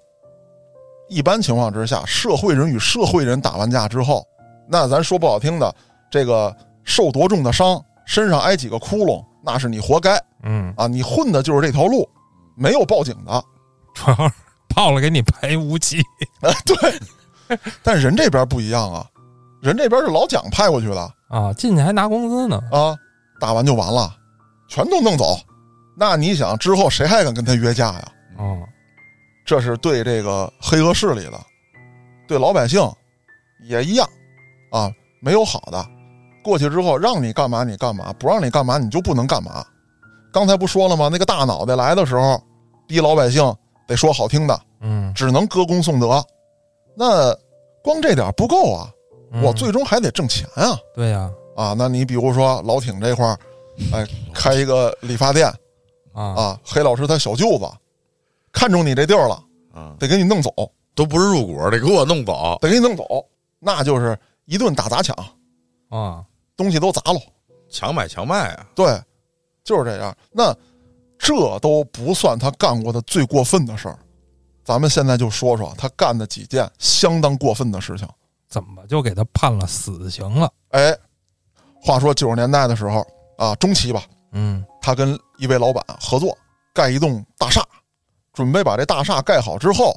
Speaker 1: 一般情况之下，社会人与社会人打完架之后，那咱说不好听的，这个受多重的伤，身上挨几个窟窿，那是你活该
Speaker 3: 嗯，
Speaker 1: 啊！你混的就是这条路，没有报警的。
Speaker 3: 主要是泡了给你赔无期。
Speaker 1: 啊，对。但人这边不一样啊，人这边是老蒋派过去的
Speaker 3: 啊，进去还拿工资呢。
Speaker 1: 啊，打完就完了，全都弄走。那你想之后谁还敢跟他约架呀？
Speaker 3: 哦，
Speaker 1: 这是对这个黑恶势力的，对老百姓也一样啊，没有好的。过去之后让你干嘛你干嘛，不让你干嘛你就不能干嘛。刚才不说了吗？那个大脑袋来的时候，逼老百姓得说好听的，
Speaker 3: 嗯，
Speaker 1: 只能歌功颂德。那光这点不够啊，
Speaker 3: 嗯
Speaker 1: 我最终还得挣钱啊
Speaker 3: 对呀、
Speaker 1: 啊！那你比如说老挺这块儿，哎，开一个理发店
Speaker 3: 啊
Speaker 1: 啊，黑老师他小舅子看中你这地儿了，
Speaker 2: 啊，
Speaker 1: 得给你弄走，
Speaker 2: 都不是入股，得给我弄走。
Speaker 1: 得给你弄走，那就是一顿打砸抢，
Speaker 3: 啊
Speaker 1: 东西都砸了。
Speaker 2: 强买强卖啊！
Speaker 1: 对，就是这样。那这都不算他干过的最过分的事儿。咱们现在就说说他干的几件相当过分的事情。
Speaker 3: 怎么就给他判了死刑了？
Speaker 1: 哎，话说九十年代的时候啊，中期吧，
Speaker 3: 嗯
Speaker 1: 他跟一位老板合作盖一栋大厦，准备把这大厦盖好之后，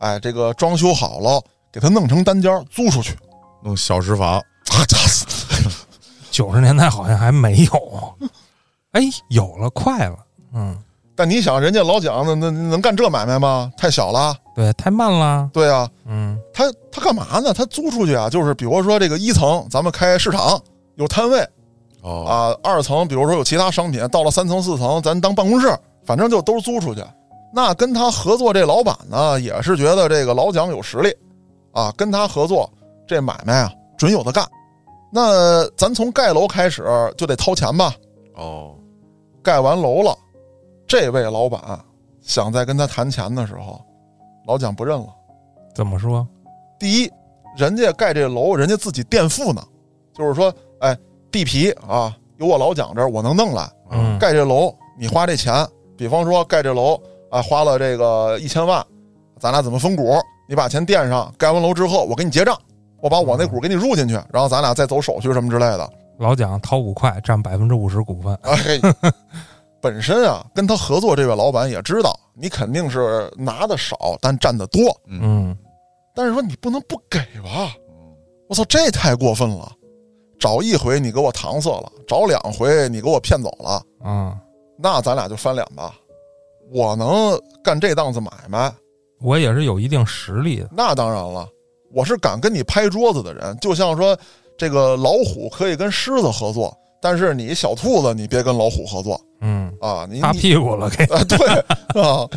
Speaker 1: 哎，这个装修好了，给它弄成单间儿租出去。
Speaker 2: 弄小石房，
Speaker 1: 啊， 炸死！
Speaker 3: 九十年代好像还没 有，哎，有了，快了，嗯，
Speaker 1: 但你想，人家老蒋那那那能干这买卖吗？太小了。
Speaker 3: 对，太慢了，
Speaker 1: 对啊，
Speaker 3: 嗯
Speaker 1: 他他干嘛呢？他租出去啊，就是比如说这个一层咱们开市场有摊位
Speaker 2: 哦，
Speaker 1: 啊，二层比如说有其他商品，到了三层四层咱当办公室，反正就都租出去。那跟他合作这老板呢，也是觉得这个老蒋有实力啊，跟他合作这买卖啊准有的干。那咱从盖楼开始就得掏钱吧，
Speaker 2: 哦，
Speaker 1: 盖完楼了，这位老板想再跟他谈钱的时候，老蒋不认了。
Speaker 3: 怎么说？
Speaker 1: 第一，人家盖这楼，人家自己垫付呢，就是说，哎，地皮啊，有我老蒋这儿我能弄来，
Speaker 3: 嗯，
Speaker 1: 盖这楼你花这钱，比方说盖这楼啊，花了这个一千万，咱俩怎么分股？啊你把钱垫上，盖完楼之后我给你结账，我把我那股给你入进去，然后咱俩再走手续什么之类的。
Speaker 3: 老蒋掏股快，占百分之五十股份，
Speaker 1: 哎，嘿本身啊，跟他合作这位老板也知道，你肯定是拿的少，但占的多。
Speaker 3: 嗯
Speaker 1: 但是说你不能不给吧？我操，这太过分了！找一回你给我搪塞了，找两回你给我骗走了，
Speaker 3: 啊，
Speaker 1: 那咱俩就翻脸吧。我能干这档子买卖，
Speaker 3: 我也是有一定实力的，
Speaker 1: 那当然了，我是敢跟你拍桌子的人。就像说这个老虎可以跟狮子合作，但是你小兔子你别跟老虎合作
Speaker 3: 嗯，
Speaker 1: 啊！你
Speaker 3: 擦
Speaker 1: 你
Speaker 3: 屁股了给，
Speaker 1: 啊，对啊。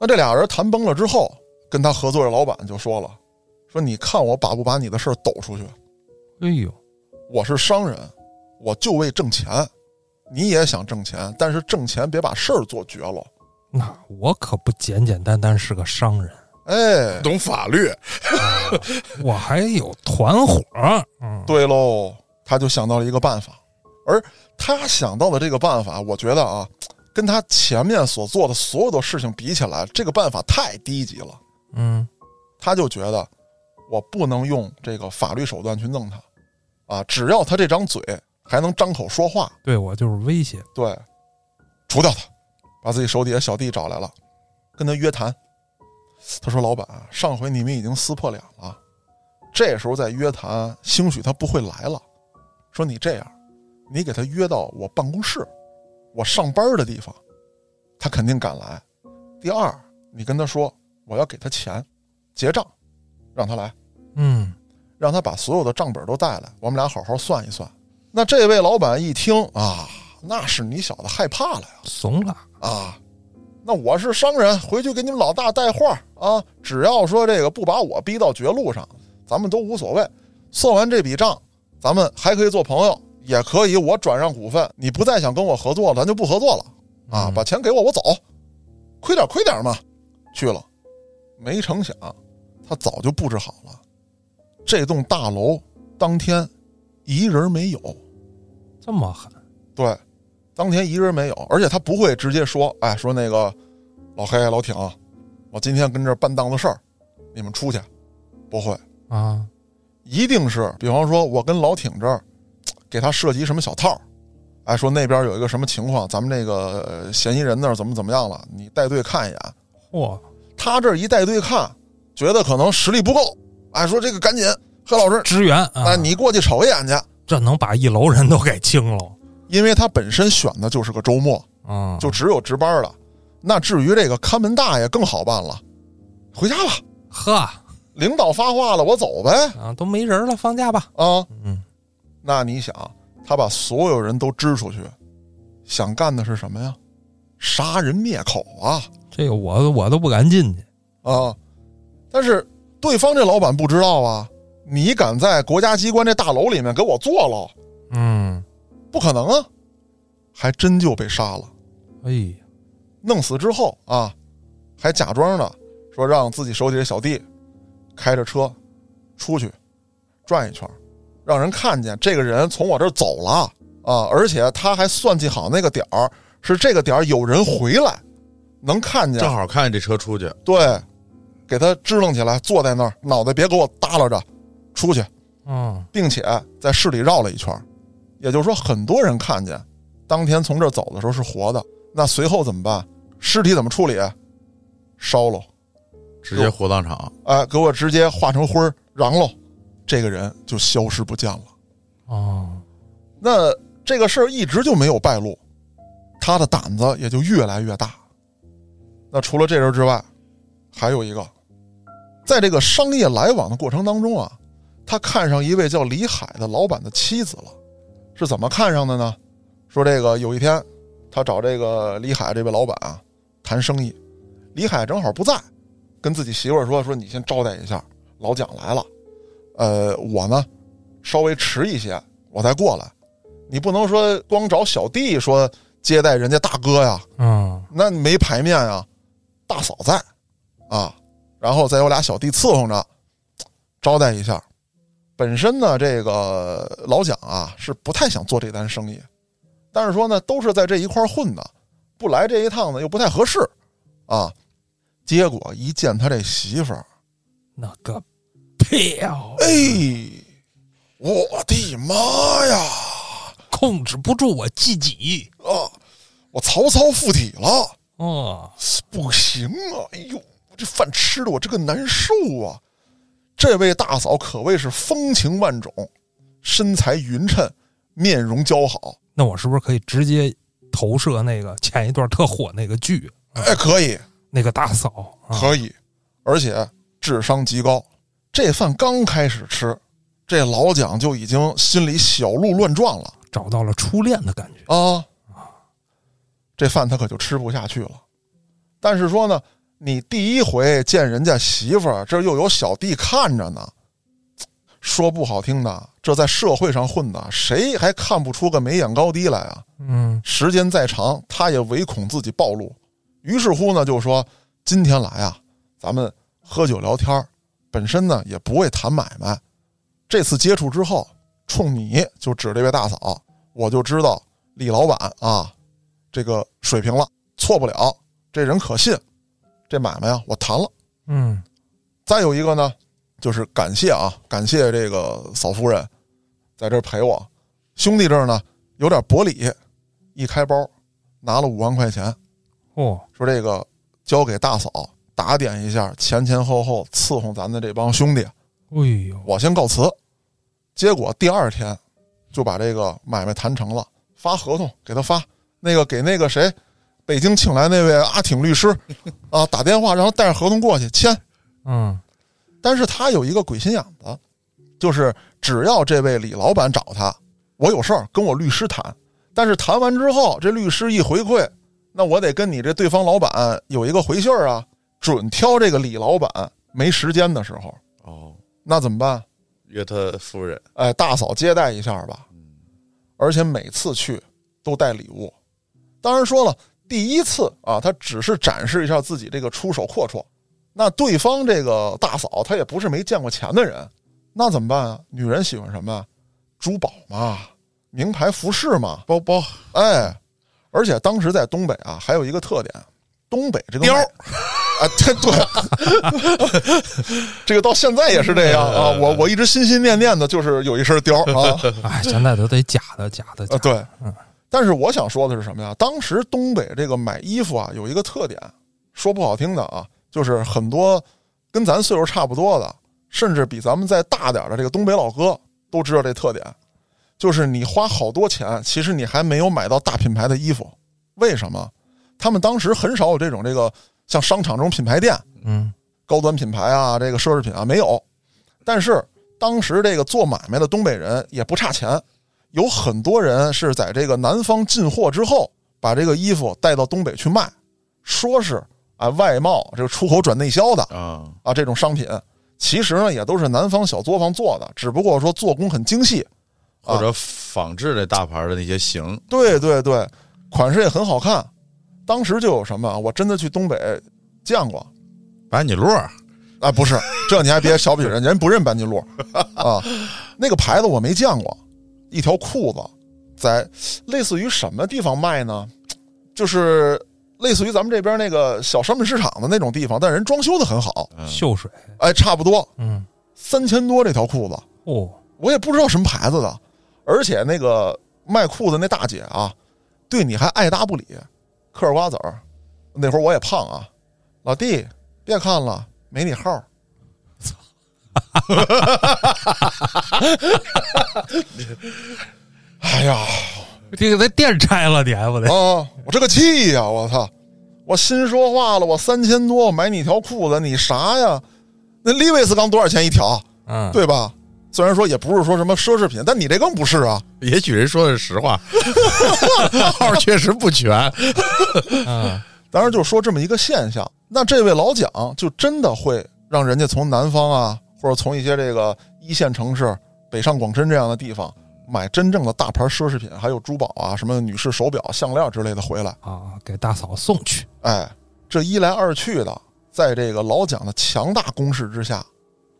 Speaker 1: 那这俩人谈崩了之后，跟他合作的老板就说了：“说你看我把不把你的事儿抖出去？
Speaker 3: 哎呦，
Speaker 1: 我是商人，我就为挣钱。你也想挣钱，但是挣钱别把事儿做绝了。
Speaker 3: 那我可不简简单单是个商人，
Speaker 1: 哎，
Speaker 2: 懂法律，
Speaker 3: 我还有团伙，嗯，
Speaker 1: 对喽，他就想到了一个办法，而他想到的这个办法，我觉得啊，跟他前面所做的所有的事情比起来，这个办法太低级了。
Speaker 3: 嗯
Speaker 1: 他就觉得我不能用这个法律手段去弄他，啊，只要他这张嘴还能张口说话，
Speaker 3: 对我就是威胁，
Speaker 1: 对，除掉他，把自己手底下小弟找来了，跟他约谈。他说：“老板，啊上回你们已经撕破脸了，这时候再约谈，兴许他不会来了。说你这样，你给他约到我办公室，我上班的地方，他肯定敢来；第二，你跟他说我要给他钱，结账，让他来。
Speaker 3: 嗯，
Speaker 1: 让他把所有的账本都带来，我们俩好好算一算。那这位老板一听啊，那是你小子害怕了呀
Speaker 3: 怂了，
Speaker 1: 啊！那我是商人，回去给你们老大带话啊，只要说这个不把我逼到绝路上，咱们都无所谓。算完这笔账，咱们还可以做朋友，也可以我转让股份，你不再想跟我合作了，咱就不合作了啊！
Speaker 3: 嗯
Speaker 1: 把钱给我，我走，亏点亏点嘛。去了，没成想他早就布置好了，这栋大楼当天一人没有。
Speaker 3: 这么狠，
Speaker 1: 对，当天一人没有，而且他不会直接说，哎，说那个老黑、老挺，我今天跟这儿办档子事儿，你们出去，不会，
Speaker 3: 啊，
Speaker 1: 一定是，比方说我跟老挺这儿嘖给他设计什么小套儿，哎，说那边有一个什么情况，咱们这个呃嫌疑人那儿怎么怎么样了，你带队看一眼。
Speaker 3: 嚯，
Speaker 1: 他这儿一带队看，觉得可能实力不够，哎，说这个赶紧，黑老师，
Speaker 3: 支援啊
Speaker 1: 哎，，你过去瞅一眼去，
Speaker 3: 这能把一楼人都给清了，
Speaker 1: 因为他本身选的就是个周末，
Speaker 3: 嗯，
Speaker 1: 就只有值班了。那至于这个看门大爷更好办了，回家吧，
Speaker 3: 呵，
Speaker 1: 领导发话了，我走呗
Speaker 3: 啊，都没人了，放假吧，
Speaker 1: 啊。
Speaker 3: 嗯，
Speaker 1: 那你想，他把所有人都支出去，想干的是什么呀？杀人灭口啊
Speaker 3: 这个我我都不敢进去，
Speaker 1: 啊！但是对方这老板不知道啊，你敢在国家机关这大楼里面给我坐牢，
Speaker 3: 嗯，
Speaker 1: 不可能啊！还真就被杀了。
Speaker 3: 哎呀，
Speaker 1: 弄死之后啊，还假装呢，说让自己手底下小弟开着车出去转一圈，让人看见这个人从我这儿走了啊，而且他还算计好那个点儿，是这个点儿有人回来，能看见
Speaker 2: 正，好看见这车出去，
Speaker 1: 对，给他支棱起来，坐在那儿，脑袋别给我耷拉着，出去，
Speaker 3: 嗯，
Speaker 1: 并且在市里绕了一圈儿，也就是说，很多人看见当天从这儿走的时候是活的。那随后怎么办？尸体怎么处理？烧喽！
Speaker 2: 直接火葬场。
Speaker 1: 哎，给我直接化成灰儿瓤喽！这个人就消失不见了。
Speaker 3: 哦，
Speaker 1: 那这个事儿一直就没有败露，他的胆子也就越来越大。那除了这人之外，还有一个，在这个商业来往的过程当中啊，他看上一位叫李海的老板的妻子了，是怎么看上的呢？说这个有一天，他找这个李海这位老板啊谈生意，李海正好不在，跟自己媳妇儿说说你先招待一下，老蒋来了，呃，我呢稍微迟一些，我再过来。你不能说光找小弟说接待人家大哥呀，
Speaker 3: 嗯，
Speaker 1: 那没牌面呀。大嫂在，啊，然后再有俩小弟伺候着，招待一下。本身呢，这个老蒋啊是不太想做这单生意，但是说呢，都是在这一块儿混的，不来这一趟呢又不太合适，啊。结果一见他这媳妇儿，
Speaker 3: 那个票
Speaker 1: 哎，我的妈呀！
Speaker 3: 控制不住我自己，
Speaker 1: 啊，我曹操附体了，
Speaker 3: 哦，
Speaker 1: 不行啊！哎呦，这饭吃的我这个难受啊！这位大嫂可谓是风情万种，身材匀称，面容姣好。
Speaker 3: 那我是不是可以直接投射那个前一段特火那个剧，
Speaker 1: 哎，可以，
Speaker 3: 那个大嫂啊？
Speaker 1: 可以，而且智商极高。这饭刚开始吃，这老蒋就已经心里小鹿乱撞了
Speaker 3: 找到了初恋的感觉。
Speaker 1: 啊！这饭他可就吃不下去了。但是说呢，你第一回见人家媳妇儿，这又有小弟看着呢。说不好听的，这在社会上混的，谁还看不出个眉眼高低来啊？
Speaker 3: 嗯
Speaker 1: 时间再长，他也唯恐自己暴露，于是乎呢，就说今天来啊，咱们喝酒聊天儿，本身呢也不会谈买卖。这次接触之后，冲你就指这位大嫂，我就知道李老板啊，这个水平了，错不了，这人可信，这买卖啊，我谈了。
Speaker 3: 嗯，
Speaker 1: 再有一个呢，就是感谢啊，感谢这个嫂夫人在这儿陪我。兄弟这儿呢有点薄礼，一开包拿了五万块钱，
Speaker 3: 哦，
Speaker 1: 说这个交给大嫂打点一下，前前后后伺候咱的这帮兄弟，
Speaker 3: 哎呦，
Speaker 1: 我先告辞。结果第二天就把这个买卖谈成了，发合同给他发，那个给那个谁北京请来那位阿挺律师啊，打电话让他带着合同过去签。
Speaker 3: 嗯
Speaker 1: 但是他有一个鬼心眼子，就是只要这位李老板找他，我有事儿跟我律师谈。但是谈完之后，这律师一回馈，那我得跟你这对方老板有一个回信儿啊，准挑这个李老板没时间的时候，
Speaker 2: 哦，
Speaker 1: 那怎么办？
Speaker 2: 约他夫人，
Speaker 1: 哎，大嫂接待一下吧。而且每次去都带礼物。当然说了，第一次啊，他只是展示一下自己这个出手阔绰。那对方这个大嫂，她也不是没见过钱的人，那怎么办啊？女人喜欢什么？珠宝嘛，名牌服饰嘛，
Speaker 2: 包包
Speaker 1: 哎，而且当时在东北啊，还有一个特点，东北这个
Speaker 2: 貂
Speaker 1: 卖
Speaker 2: 儿
Speaker 1: 啊，对对， 这个到现在也是这样啊。我我一直心心念念的就是有一身貂儿啊，
Speaker 3: 哎，现在都得假的假的假
Speaker 1: 啊，
Speaker 3: 的。
Speaker 1: 对
Speaker 3: 嗯，
Speaker 1: 但是我想说的是什么呀？当时东北这个买衣服啊，有一个特点，说不好听的啊，就是很多跟咱岁数差不多的，甚至比咱们再大点儿的这个东北老哥都知道这特点，就是你花好多钱，其实你还没有买到大品牌的衣服。为什么？他们当时很少有这种这个像商场这种品牌店，
Speaker 3: 嗯
Speaker 1: 高端品牌啊，这个奢侈品啊没有。但是当时这个做买卖的东北人也不差钱，有很多人是在这个南方进货之后，把这个衣服带到东北去卖，说是啊外贸这个出口转内销的
Speaker 2: 啊，
Speaker 1: 啊这种商品，其实呢也都是南方小作坊做的，只不过说做工很精细。
Speaker 2: 或者仿制那大牌的那些型，
Speaker 1: 对对对，款式也很好看。当时就有什么啊，我真的去东北见过，
Speaker 2: 百米洛，
Speaker 1: 啊，不是，这你还别小比人，人不认班尼路啊。那个牌子我没见过，一条裤子在类似于什么地方卖呢？就是类似于咱们这边那个小商品市场的那种地方，但人装修的很好，
Speaker 2: 嗯
Speaker 3: 秀水，
Speaker 1: 哎，差不多
Speaker 3: 嗯
Speaker 1: 三千多这条裤子，
Speaker 3: 哦，
Speaker 1: 我也不知道什么牌子的，而且那个卖裤子那大姐啊，对你还爱答不理，嗑着瓜子儿。那会儿我也胖啊，老弟，别看了，没你号。 哎呀，
Speaker 3: 这个那店拆了你还不得？
Speaker 1: 啊！我这个气呀、我操！我心说话了，我三千多，我买你条裤子，你啥呀？那利维斯刚多少钱一条？
Speaker 3: 嗯，，
Speaker 1: 对吧？虽然说也不是说什么奢侈品，但你这更不是啊。
Speaker 2: 也许人说的是实话， 号确实不全，
Speaker 3: 嗯
Speaker 1: 当然就说这么一个现象，那这位老蒋就真的会让人家从南方啊，或者从一些这个一线城市，北上广深这样的地方买真正的大牌奢侈品，还有珠宝啊，什么女士手表、项链之类的回来。
Speaker 3: 啊，给大嫂送去。
Speaker 1: 哎，这一来二去的，在这个老蒋的强大攻势之下，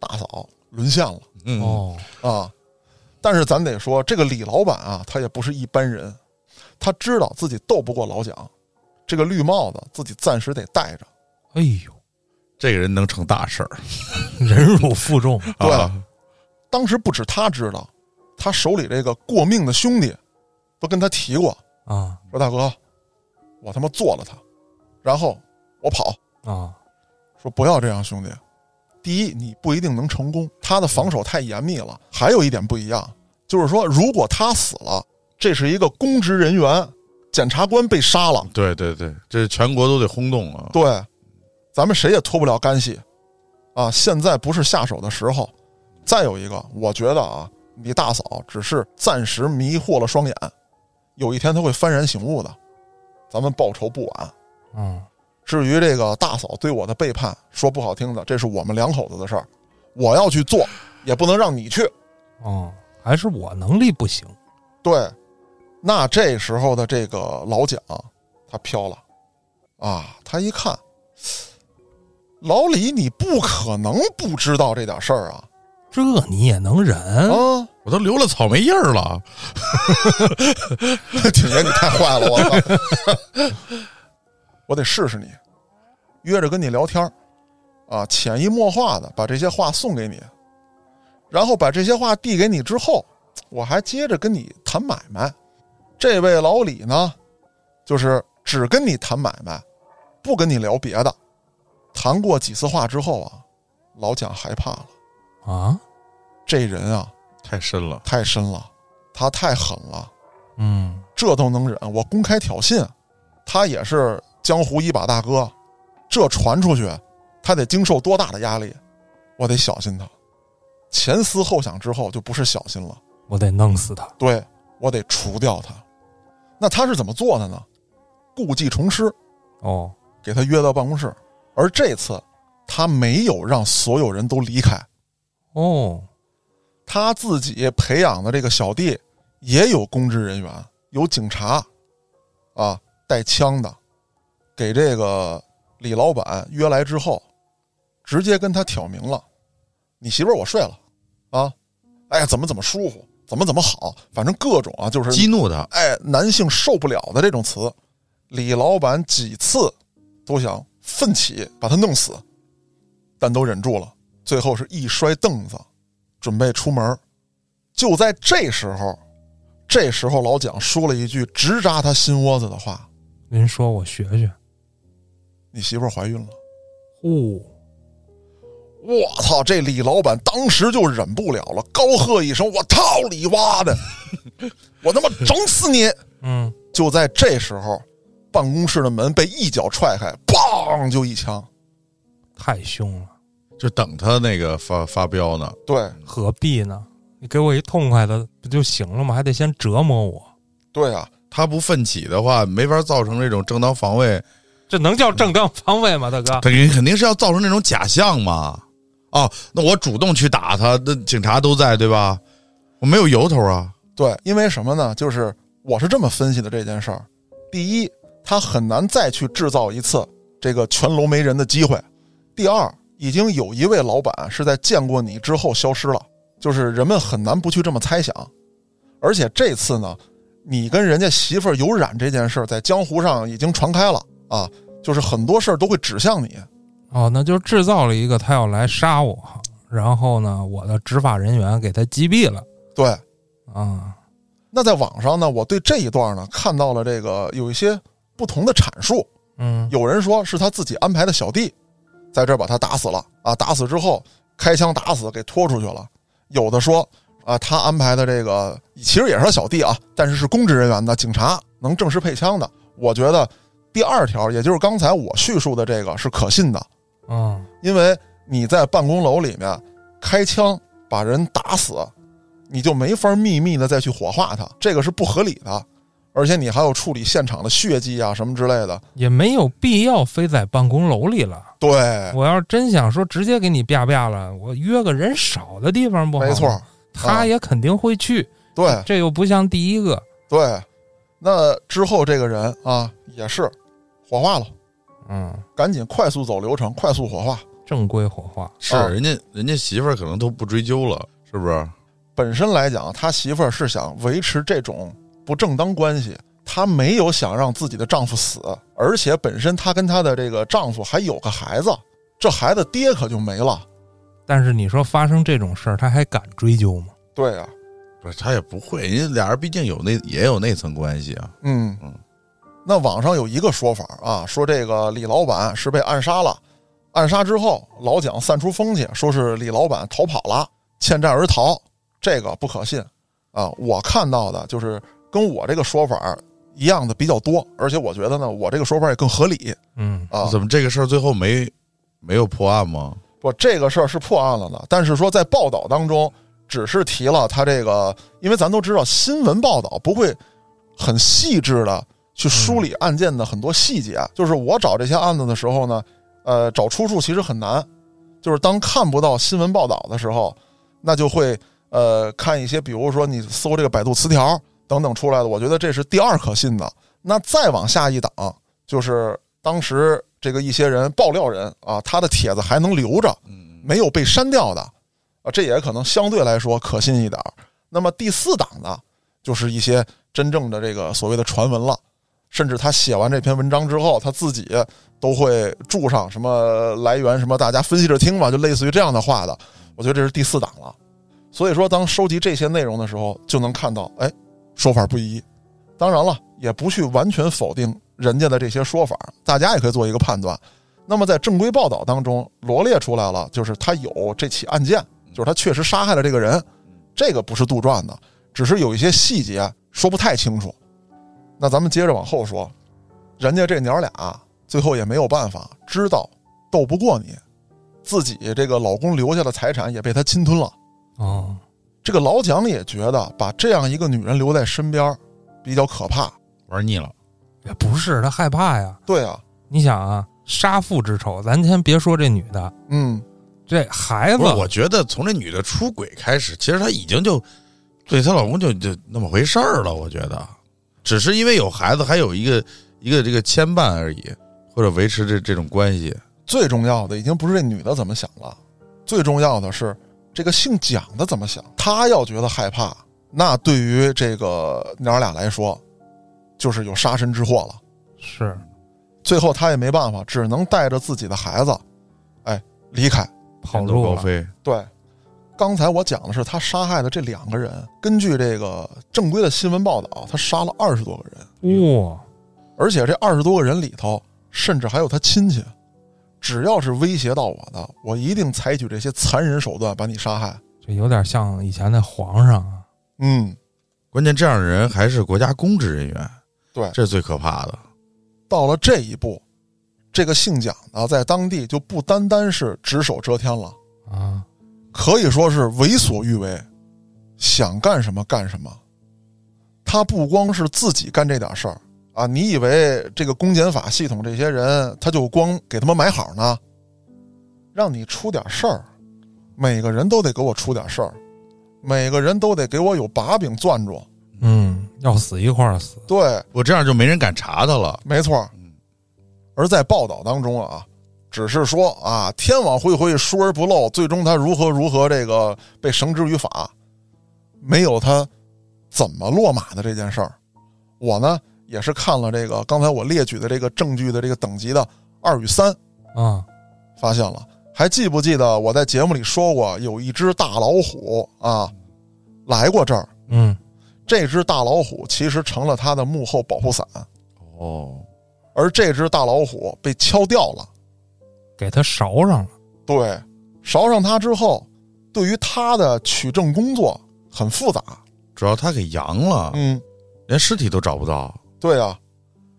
Speaker 1: 大嫂沦陷了
Speaker 2: 嗯，
Speaker 3: 哦，
Speaker 1: 啊。但是咱得说，这个李老板啊，他也不是一般人，他知道自己斗不过老蒋，这个绿帽子自己暂时得戴着。
Speaker 3: 哎呦，
Speaker 2: 这个人能成大事儿，
Speaker 3: 忍辱负重。
Speaker 1: 对
Speaker 2: 啊
Speaker 1: 当时不止他知道，他手里这个过命的兄弟都跟他提过，
Speaker 3: 啊
Speaker 1: 说大哥，我他妈做了他，然后我跑，
Speaker 3: 啊
Speaker 1: 说不要这样，兄弟。第一，你不一定能成功，他的防守太严密了。还有一点不一样，就是说，如果他死了，这是一个公职人员，检察官被杀了，
Speaker 2: 对对对，这全国都得轰动啊，
Speaker 1: 对，咱们谁也脱不了干系啊。现在不是下手的时候。再有一个，我觉得啊，你大嫂只是暂时迷惑了双眼，有一天她会幡然醒悟的。咱们报仇不晚。
Speaker 3: 嗯
Speaker 1: 至于这个大嫂对我的背叛，说不好听的，这是我们两口子的事儿，我要去做，也不能让你去。
Speaker 3: 哦，还是我能力不行。
Speaker 1: 对，那这时候的这个老蒋，他飘了啊！他一看，老李，你不可能不知道这点事儿啊！
Speaker 3: 这你也能忍？
Speaker 1: 啊，
Speaker 2: 我都留了草莓印儿了，
Speaker 1: 挺爷，你太坏了，我操！我得试试你，约着跟你聊天儿啊，潜移默化的把这些话送给你，然后把这些话递给你之后，我还接着跟你谈买卖。这位老李呢，就是只跟你谈买卖，不跟你聊别的。谈过几次话之后啊，老蒋害怕了，
Speaker 3: 啊，
Speaker 1: 这人啊
Speaker 2: 太深了，
Speaker 1: 太深了，他太狠了。
Speaker 3: 嗯
Speaker 1: 这都能忍，我公开挑衅，他也是江湖一把大哥，这传出去，他得经受多大的压力？我得小心他。前思后想之后，就不是小心了，
Speaker 3: 我得弄死他。
Speaker 1: 对我得除掉他。那他是怎么做的呢？故技重施，
Speaker 3: 哦，
Speaker 1: 给他约到办公室。而这次，他没有让所有人都离开，
Speaker 3: 哦，
Speaker 1: 他自己培养的这个小弟也有公职人员，有警察，啊，带枪的，给这个李老板约来之后，直接跟他挑明了，你媳妇儿我睡了，啊，哎呀，怎么怎么舒服，怎么怎么好，反正各种啊，就是
Speaker 2: 激怒他，
Speaker 1: 哎，男性受不了的这种词，李老板几次都想奋起把他弄死，但都忍住了，最后是一摔凳子，准备出门儿。就在这时候，这时候老蒋说了一句直扎他心窝子的话
Speaker 3: 您说我学学。：“
Speaker 1: 你媳妇儿怀孕了。”
Speaker 3: 哦，
Speaker 1: 我操！这李老板当时就忍不了了，高喝一声：“我操你妈的！我他妈整死你！”
Speaker 3: 嗯，
Speaker 1: 就在这时候，办公室的门被一脚踹开，梆就一枪。
Speaker 3: 太凶了，
Speaker 2: 就等他那个发发飙呢。
Speaker 1: 对
Speaker 3: 何必呢？你给我一痛快的不就行了吗？还得先折磨我，
Speaker 1: 对啊，
Speaker 2: 他不奋起的话，没法造成这种正当防卫，
Speaker 3: 这能叫正当防卫吗，大哥？
Speaker 2: 他肯肯定是要造成那种假象嘛。哦，那我主动去打他，那警察都在对吧？我没有由头啊。
Speaker 1: 对，因为什么呢？就是我是这么分析的这件事儿：第一，他很难再去制造一次这个全楼没人的机会；第二，已经有一位老板是在见过你之后消失了，就是人们很难不去这么猜想。而且这次呢，你跟人家媳妇儿有染这件事儿，在江湖上已经传开了啊，就是很多事儿都会指向你。
Speaker 3: 哦，那就制造了一个他要来杀我，然后呢，我的执法人员给他击毙了
Speaker 1: 对，
Speaker 3: 啊。
Speaker 1: 那在网上呢，我对这一段呢看到了这个有一些不同的阐述。
Speaker 3: 嗯，
Speaker 1: 有人说是他自己安排的小弟，在这儿把他打死了啊！打死之后开枪打死，给拖出去了。有的说啊，他安排的这个其实也是他小弟啊，但是是公职人员的警察，能正式配枪的。我觉得第二条，也就是刚才我叙述的这个是可信的，
Speaker 3: 嗯，
Speaker 1: 因为你在办公楼里面开枪把人打死，你就没法秘密的再去火化他，这个是不合理的。而且你还有处理现场的血迹啊什么之类的，
Speaker 3: 也没有必要非在办公楼里了。
Speaker 1: 对，
Speaker 3: 我要是真想说直接给你啪啪了，我约个人少的地方不好吗？
Speaker 1: 没错，啊
Speaker 3: 他也肯定会去，
Speaker 1: 对
Speaker 3: 这又不像第一个。
Speaker 1: 对。那之后这个人啊，也是火化了，
Speaker 3: 嗯，
Speaker 1: 赶紧快速走流程，快速火化。
Speaker 3: 正规火化。
Speaker 2: 是、
Speaker 1: 哦
Speaker 2: 人家人家媳妇儿可能都不追究了，是不是？
Speaker 1: 本身来讲，他媳妇儿是想维持这种不正当关系，她没有想让自己的丈夫死，而且本身她跟她的这个丈夫还有个孩子，这孩子爹可就没了。
Speaker 3: 但是你说发生这种事儿，他还敢追究吗？
Speaker 1: 对啊，
Speaker 2: 不是，他也不会，人家俩人毕竟有那也有那层关系啊。
Speaker 1: 嗯
Speaker 2: 嗯，
Speaker 1: 那网上有一个说法啊，说这个李老板是被暗杀了，暗杀之后老蒋散出风气，说是李老板逃跑了，欠债而逃，这个不可信啊。我看到的就是跟我这个说法一样的比较多，而且我觉得呢，我这个说法也更合理
Speaker 3: 嗯，
Speaker 1: 啊。
Speaker 2: 怎么这个事儿最后没没有破案吗？
Speaker 1: 不，这个事儿是破案了的，但是说在报道当中只是提了他这个，因为咱都知道新闻报道不会很细致的去梳理案件的很多细节。啊就是我找这些案子的时候呢，呃，找出处其实很难，就是当看不到新闻报道的时候，那就会呃看一些，比如说你搜这个百度词条等等出来的，我觉得这是第二可信的。那再往下一档，就是当时这个一些人爆料人啊，他的帖子还能留着，没有被删掉的啊，这也可能相对来说可信一点儿。那么第四档呢，就是一些真正的这个所谓的传闻了，甚至他写完这篇文章之后，他自己都会注上什么来源，什么大家分析着听吧，就类似于这样的话的。我觉得这是第四档了。所以说，当收集这些内容的时候，就能看到，哎，说法不一。当然了，也不去完全否定人家的这些说法，大家也可以做一个判断。那么在正规报道当中罗列出来了，就是他有这起案件，就是他确实杀害了这个人，这个不是杜撰的，只是有一些细节说不太清楚。那咱们接着往后说，人家这娘俩啊最后也没有办法，知道斗不过你，自己这个老公留下的财产也被他侵吞了。
Speaker 3: 哦，
Speaker 1: 这个老蒋也觉得把这样一个女人留在身边儿比较可怕。
Speaker 2: 玩腻了，
Speaker 3: 也不是他害怕呀。
Speaker 1: 对啊，
Speaker 3: 你想啊，杀父之仇，咱先别说这女的，
Speaker 1: 嗯，
Speaker 3: 这孩子
Speaker 2: 哎不是？我觉得从这女的出轨开始，其实她已经就对她老公就就那么回事儿了。我觉得，只是因为有孩子，还有一个一个这个牵绊而已，或者维持这这种关系。
Speaker 1: 最重要的已经不是这女的怎么想了，最重要的是这个姓蒋的怎么想。他要觉得害怕，那对于这个娘儿俩来说，就是有杀身之祸了。
Speaker 3: 是
Speaker 1: 最后他也没办法，只能带着自己的孩子，哎，离开。
Speaker 3: 跑
Speaker 2: 远走
Speaker 3: 路
Speaker 2: 高
Speaker 3: 了，
Speaker 2: 飞，
Speaker 1: 对，刚才我讲的是他杀害的这两个人，根据这个正规的新闻报道，他杀了二十多个人，
Speaker 3: 哇、
Speaker 1: 而且这二十多个人里头，甚至还有他亲戚。只要是威胁到我的，我一定采取这些残忍手段把你杀害。
Speaker 3: 这有点像以前那皇上啊。
Speaker 1: 嗯，
Speaker 2: 关键这样的人还是国家公职人员，
Speaker 1: 对
Speaker 2: 这是最可怕的。
Speaker 1: 到了这一步，这个姓蒋的在当地就不单单是只手遮天了，
Speaker 3: 啊，
Speaker 1: 可以说是为所欲为，想干什么干什么。他不光是自己干这点事儿啊，你以为这个公检法系统这些人，他就光给他们买好呢？让你出点事儿，每个人都得给我出点事儿，每个人都得给我有把柄攥住。
Speaker 3: 嗯，要死一块儿死，
Speaker 1: 对，
Speaker 2: 我这样就没人敢查他了。
Speaker 1: 没错。而在报道当中啊，只是说啊，天网恢恢，疏而不漏，最终他如何如何这个被绳之于法，没有他怎么落马的这件事儿。我呢也是看了这个刚才我列举的这个证据的这个等级的二与三，
Speaker 3: 啊，
Speaker 1: 发现了。还记不记得我在节目里说过，有一只大老虎啊来过这儿？
Speaker 3: 嗯，
Speaker 1: 这只大老虎其实成了他的幕后保护伞。
Speaker 2: 哦，
Speaker 1: 而这只大老虎被敲掉了。
Speaker 3: 给他勺上了，
Speaker 1: 对，勺上它之后，对于它的取证工作很复杂。
Speaker 2: 主要他给扬了，
Speaker 1: 嗯，
Speaker 2: 连尸体都找不到。
Speaker 1: 对啊。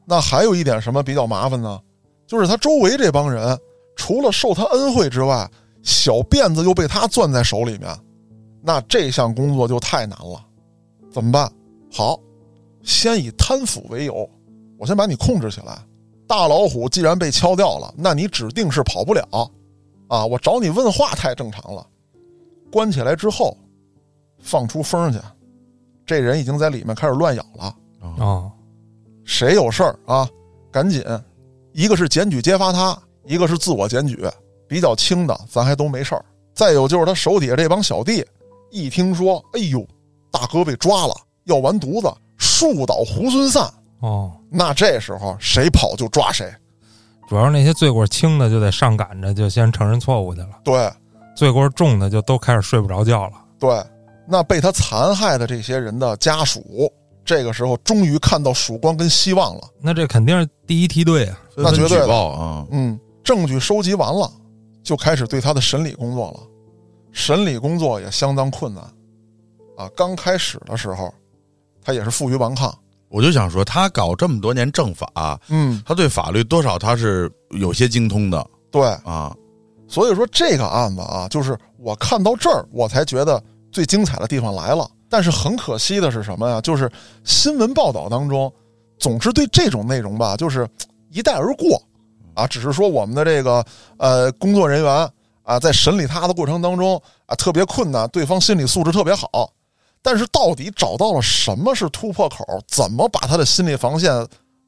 Speaker 1: 那还有一点什么比较麻烦呢？就是他周围这帮人，除了受他恩惠之外，小辫子又被他攥在手里面，那这项工作就太难了。怎么办？好，先以贪腐为由，我先把你控制起来。大老虎既然被敲掉了，那你指定是跑不了，啊，我找你问话太正常了。关起来之后，放出风去，这人已经在里面开始乱咬了。
Speaker 3: 哦，
Speaker 1: 谁有事儿啊，赶紧，一个是检举揭发他，一个是自我检举，比较轻的咱还都没事儿。再有就是他手底下这帮小弟，一听说，哎呦，大哥被抓了，要完犊子，树倒猢狲散，
Speaker 3: 哦，
Speaker 1: 那这时候谁跑就抓谁。
Speaker 3: 主要是那些罪过轻的就得上赶着就先承认错误去了，
Speaker 1: 对
Speaker 3: 罪过重的就都开始睡不着觉了。
Speaker 1: 对，那被他残害的这些人的家属，这个时候终于看到曙光跟希望了。
Speaker 3: 那这肯定是第一梯队啊，
Speaker 1: 那
Speaker 2: 纷纷
Speaker 1: 绝对
Speaker 2: 举
Speaker 1: 的
Speaker 2: 报啊！
Speaker 1: 嗯，证据收集完了，就开始对他的审理工作了。审理工作也相当困难，啊，刚开始的时候，他也是负隅顽抗。
Speaker 2: 我就想说，他搞这么多年政法，
Speaker 1: 嗯，
Speaker 2: 他对法律多少他是有些精通的
Speaker 1: 对，
Speaker 2: 啊。
Speaker 1: 所以说这个案子啊，就是我看到这儿，我才觉得最精彩的地方来了。但是很可惜的是什么呀？就是新闻报道当中，总是对这种内容吧，就是嘖一带而过，啊，只是说我们的这个呃工作人员啊，在审理他的过程当中啊，特别困难，对方心理素质特别好，但是到底找到了什么是突破口，怎么把他的心理防线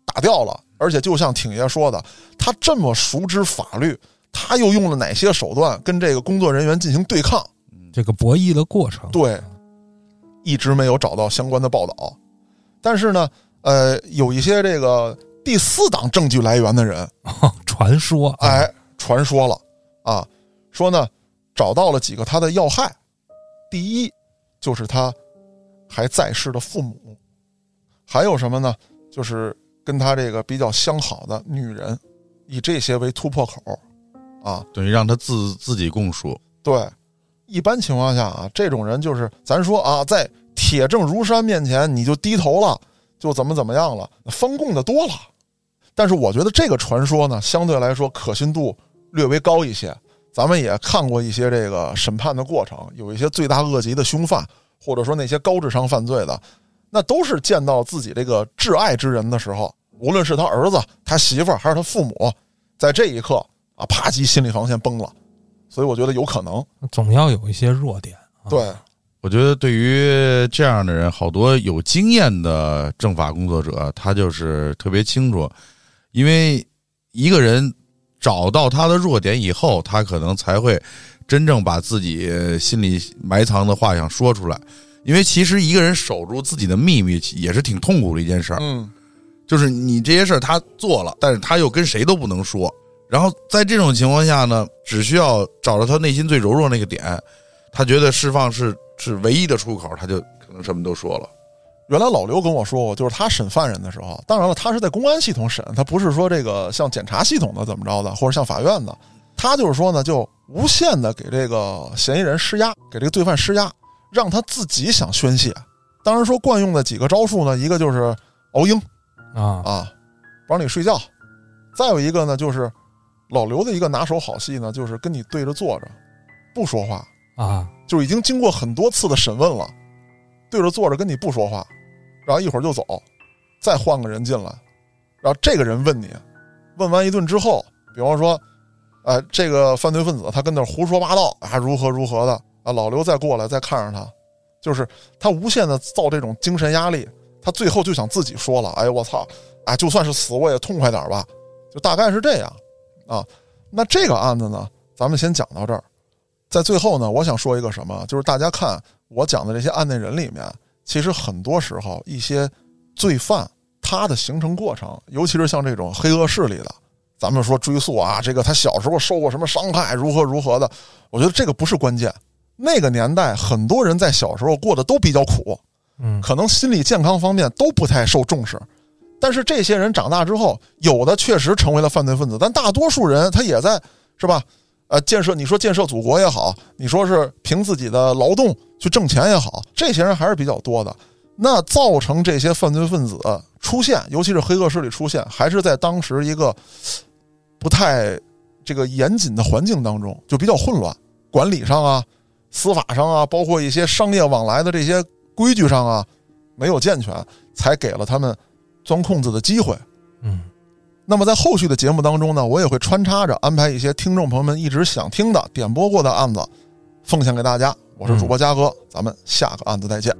Speaker 1: 打掉了？而且就像挺爷说的，他这么熟知法律，他又用了哪些手段跟这个工作人员进行对抗？
Speaker 3: 这个博弈的过程。
Speaker 1: 对，一直没有找到相关的报道。但是呢，呃，有一些这个第四档证据来源的人，
Speaker 3: 传说，，啊
Speaker 1: 哎，传说了啊，说呢找到了几个他的要害，第一就是他还在世的父母，还有什么呢？就是跟他这个比较相好的女人，以这些为突破口啊。
Speaker 2: 等于让他自自己供述，
Speaker 1: 对，一般情况下啊，这种人就是咱说啊，在铁证如山面前你就低头了，就怎么怎么样了，翻供的多了。但是我觉得这个传说呢，相对来说可信度略微高一些。咱们也看过一些这个审判的过程，有一些罪大恶极的凶犯，或者说那些高智商犯罪的，那都是见到自己这个挚爱之人的时候，无论是他儿子、他媳妇儿还是他父母，在这一刻啊，啪叽，心理防线崩了。所以我觉得有可能，
Speaker 3: 总要有一些弱点。啊、
Speaker 1: 对，
Speaker 2: 我觉得对于这样的人，好多有经验的政法工作者，他就是特别清楚，因为一个人找到他的弱点以后，他可能才会真正把自己呃心里埋藏的话想说出来。因为其实一个人守住自己的秘密也是挺痛苦的一件事儿，
Speaker 1: 嗯，
Speaker 2: 就是你这些事儿他做了，但是他又跟谁都不能说。然后在这种情况下呢，只需要找到他内心最柔弱那个点，他觉得释放是是唯一的出口，他就可能什么都说了。
Speaker 1: 原来老刘跟我说过，就是他审犯人的时候，当然了，他是在公安系统审，他不是说这个像检察系统的怎么着的，或者像法院的，他就是说呢，就无限的给这个嫌疑人施压，给这个罪犯施压，让他自己想宣泄。当然说惯用的几个招数呢，一个就是熬鹰
Speaker 3: 啊，
Speaker 1: 啊，不让你睡觉；再有一个呢，就是老刘的一个拿手好戏呢，就是跟你对着坐着，不说话，
Speaker 3: 啊，
Speaker 1: 就是已经经过很多次的审问了，对着坐着跟你不说话，然后一会儿就走，再换个人进来，然后这个人问你，问完一顿之后，比方说，呃，这个犯罪分子他跟那儿胡说八道啊，如何如何的啊，老刘再过来再看着他，就是他无限的造这种精神压力，他最后就想自己说了，哎我操，啊就算是死我也痛快点儿吧，就大概是这样啊。那这个案子呢，咱们先讲到这儿。在最后呢，我想说一个什么，就是大家看我讲的这些案内人里面，其实很多时候一些罪犯他的形成过程，尤其是像这种黑恶势力的，咱们说追溯啊，这个他小时候受过什么伤害，如何如何的，我觉得这个不是关键。那个年代，很多人在小时候过得都比较苦，
Speaker 3: 嗯
Speaker 1: 可能心理健康方面都不太受重视。但是这些人长大之后，有的确实成为了犯罪分子，但大多数人他也在是吧？呃，建设你说建设祖国也好，你说是凭自己的劳动去挣钱也好，这些人还是比较多的。那造成这些犯罪分子出现，尤其是黑恶势力出现，还是在当时一个嘶不太这个严谨的环境当中，就比较混乱，管理上啊、司法上啊，包括一些商业往来的这些规矩上啊，没有健全，才给了他们钻空子的机会。
Speaker 3: 嗯
Speaker 1: 那么在后续的节目当中呢，我也会穿插着安排一些听众朋友们一直想听的、点播过的案子，奉献给大家。我是主播嘉哥，咱们下个案子再见。